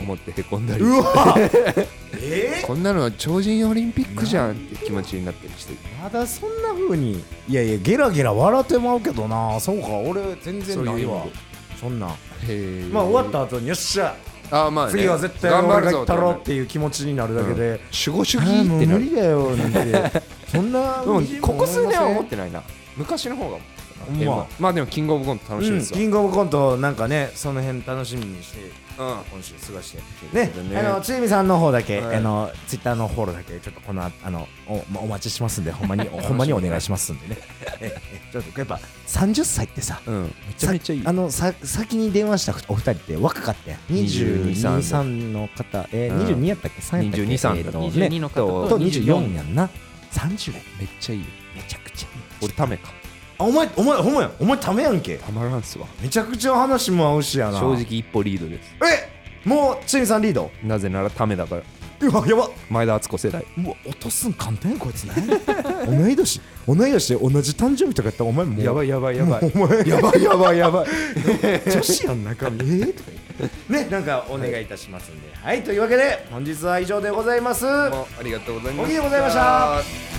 [SPEAKER 1] 思ってへこんだり
[SPEAKER 2] うわ
[SPEAKER 1] <laughs>
[SPEAKER 2] え
[SPEAKER 1] こんなのは超人オリンピックじゃんって気持ちになったりしてる
[SPEAKER 2] まだそんな風にいやいやゲラゲラ笑ってまうけどなそうか俺全然ないわ
[SPEAKER 1] そういう
[SPEAKER 2] そんなん
[SPEAKER 1] へー
[SPEAKER 2] まあ終わった後によっしゃ
[SPEAKER 1] あーまあ、ね、
[SPEAKER 2] 次は絶対
[SPEAKER 1] 頑張
[SPEAKER 2] 俺
[SPEAKER 1] る
[SPEAKER 2] が
[SPEAKER 1] ぞ
[SPEAKER 2] 行ったろっていう気持ちになるだけで、
[SPEAKER 1] 守護主
[SPEAKER 2] あ
[SPEAKER 1] 義
[SPEAKER 2] ーも
[SPEAKER 1] っ
[SPEAKER 2] う
[SPEAKER 1] てな
[SPEAKER 2] 無
[SPEAKER 1] る
[SPEAKER 2] 理だよなんてそんな
[SPEAKER 1] でも
[SPEAKER 2] みじんも
[SPEAKER 1] ここ数年は
[SPEAKER 2] 思い
[SPEAKER 1] 思
[SPEAKER 2] ま
[SPEAKER 1] っ
[SPEAKER 2] せん
[SPEAKER 1] てないな昔の方が
[SPEAKER 2] ほんま
[SPEAKER 1] M1 まあでもキングオブコント楽しみです
[SPEAKER 2] うん
[SPEAKER 1] よ
[SPEAKER 2] キングオブコントなんかねその辺楽しみにして
[SPEAKER 1] うん
[SPEAKER 2] 今週過ごしてね
[SPEAKER 1] ということでね
[SPEAKER 2] あのつゆみさんの方だけ、
[SPEAKER 1] はい
[SPEAKER 2] あのツイッターのフォローだけちょっとこのああのおまお待ちしますんでほんまにほんまにお願いしますんでねええちょっとやっぱ30歳ってさ、
[SPEAKER 1] うんめちゃめちゃいい
[SPEAKER 2] さあのさ先に電話したお二人って若かったやん
[SPEAKER 1] 22
[SPEAKER 2] 23の方、えー
[SPEAKER 1] うん
[SPEAKER 2] 22やったっけ3やったっけ
[SPEAKER 1] 22さん
[SPEAKER 2] えーとね
[SPEAKER 5] 22の方と
[SPEAKER 2] と24やんな30や
[SPEAKER 1] めっちゃいい
[SPEAKER 2] めちゃくちゃいい
[SPEAKER 1] 俺ためか
[SPEAKER 2] あお前お前ほんまやお前ためやんけ
[SPEAKER 1] たまらんすわ
[SPEAKER 2] めちゃくちゃ話も合うしやな
[SPEAKER 1] 正直一歩リードです
[SPEAKER 2] えもうつゆみさんリード
[SPEAKER 1] なぜならためだから
[SPEAKER 2] うわやば
[SPEAKER 1] 前田敦子世代
[SPEAKER 2] うわ落とすん簡単やこいつね <laughs> 同い年同い年で同じ誕生日とかやったらお前もう
[SPEAKER 1] やば
[SPEAKER 2] い
[SPEAKER 1] いやばいやばい
[SPEAKER 2] お前
[SPEAKER 1] やばいやばいやばい
[SPEAKER 2] <laughs> 女子やん中身えーとか言ってねなんかお願いいたしますんではい、というわけで本日は以上でございます
[SPEAKER 1] ありがとうござい
[SPEAKER 2] おぎでございました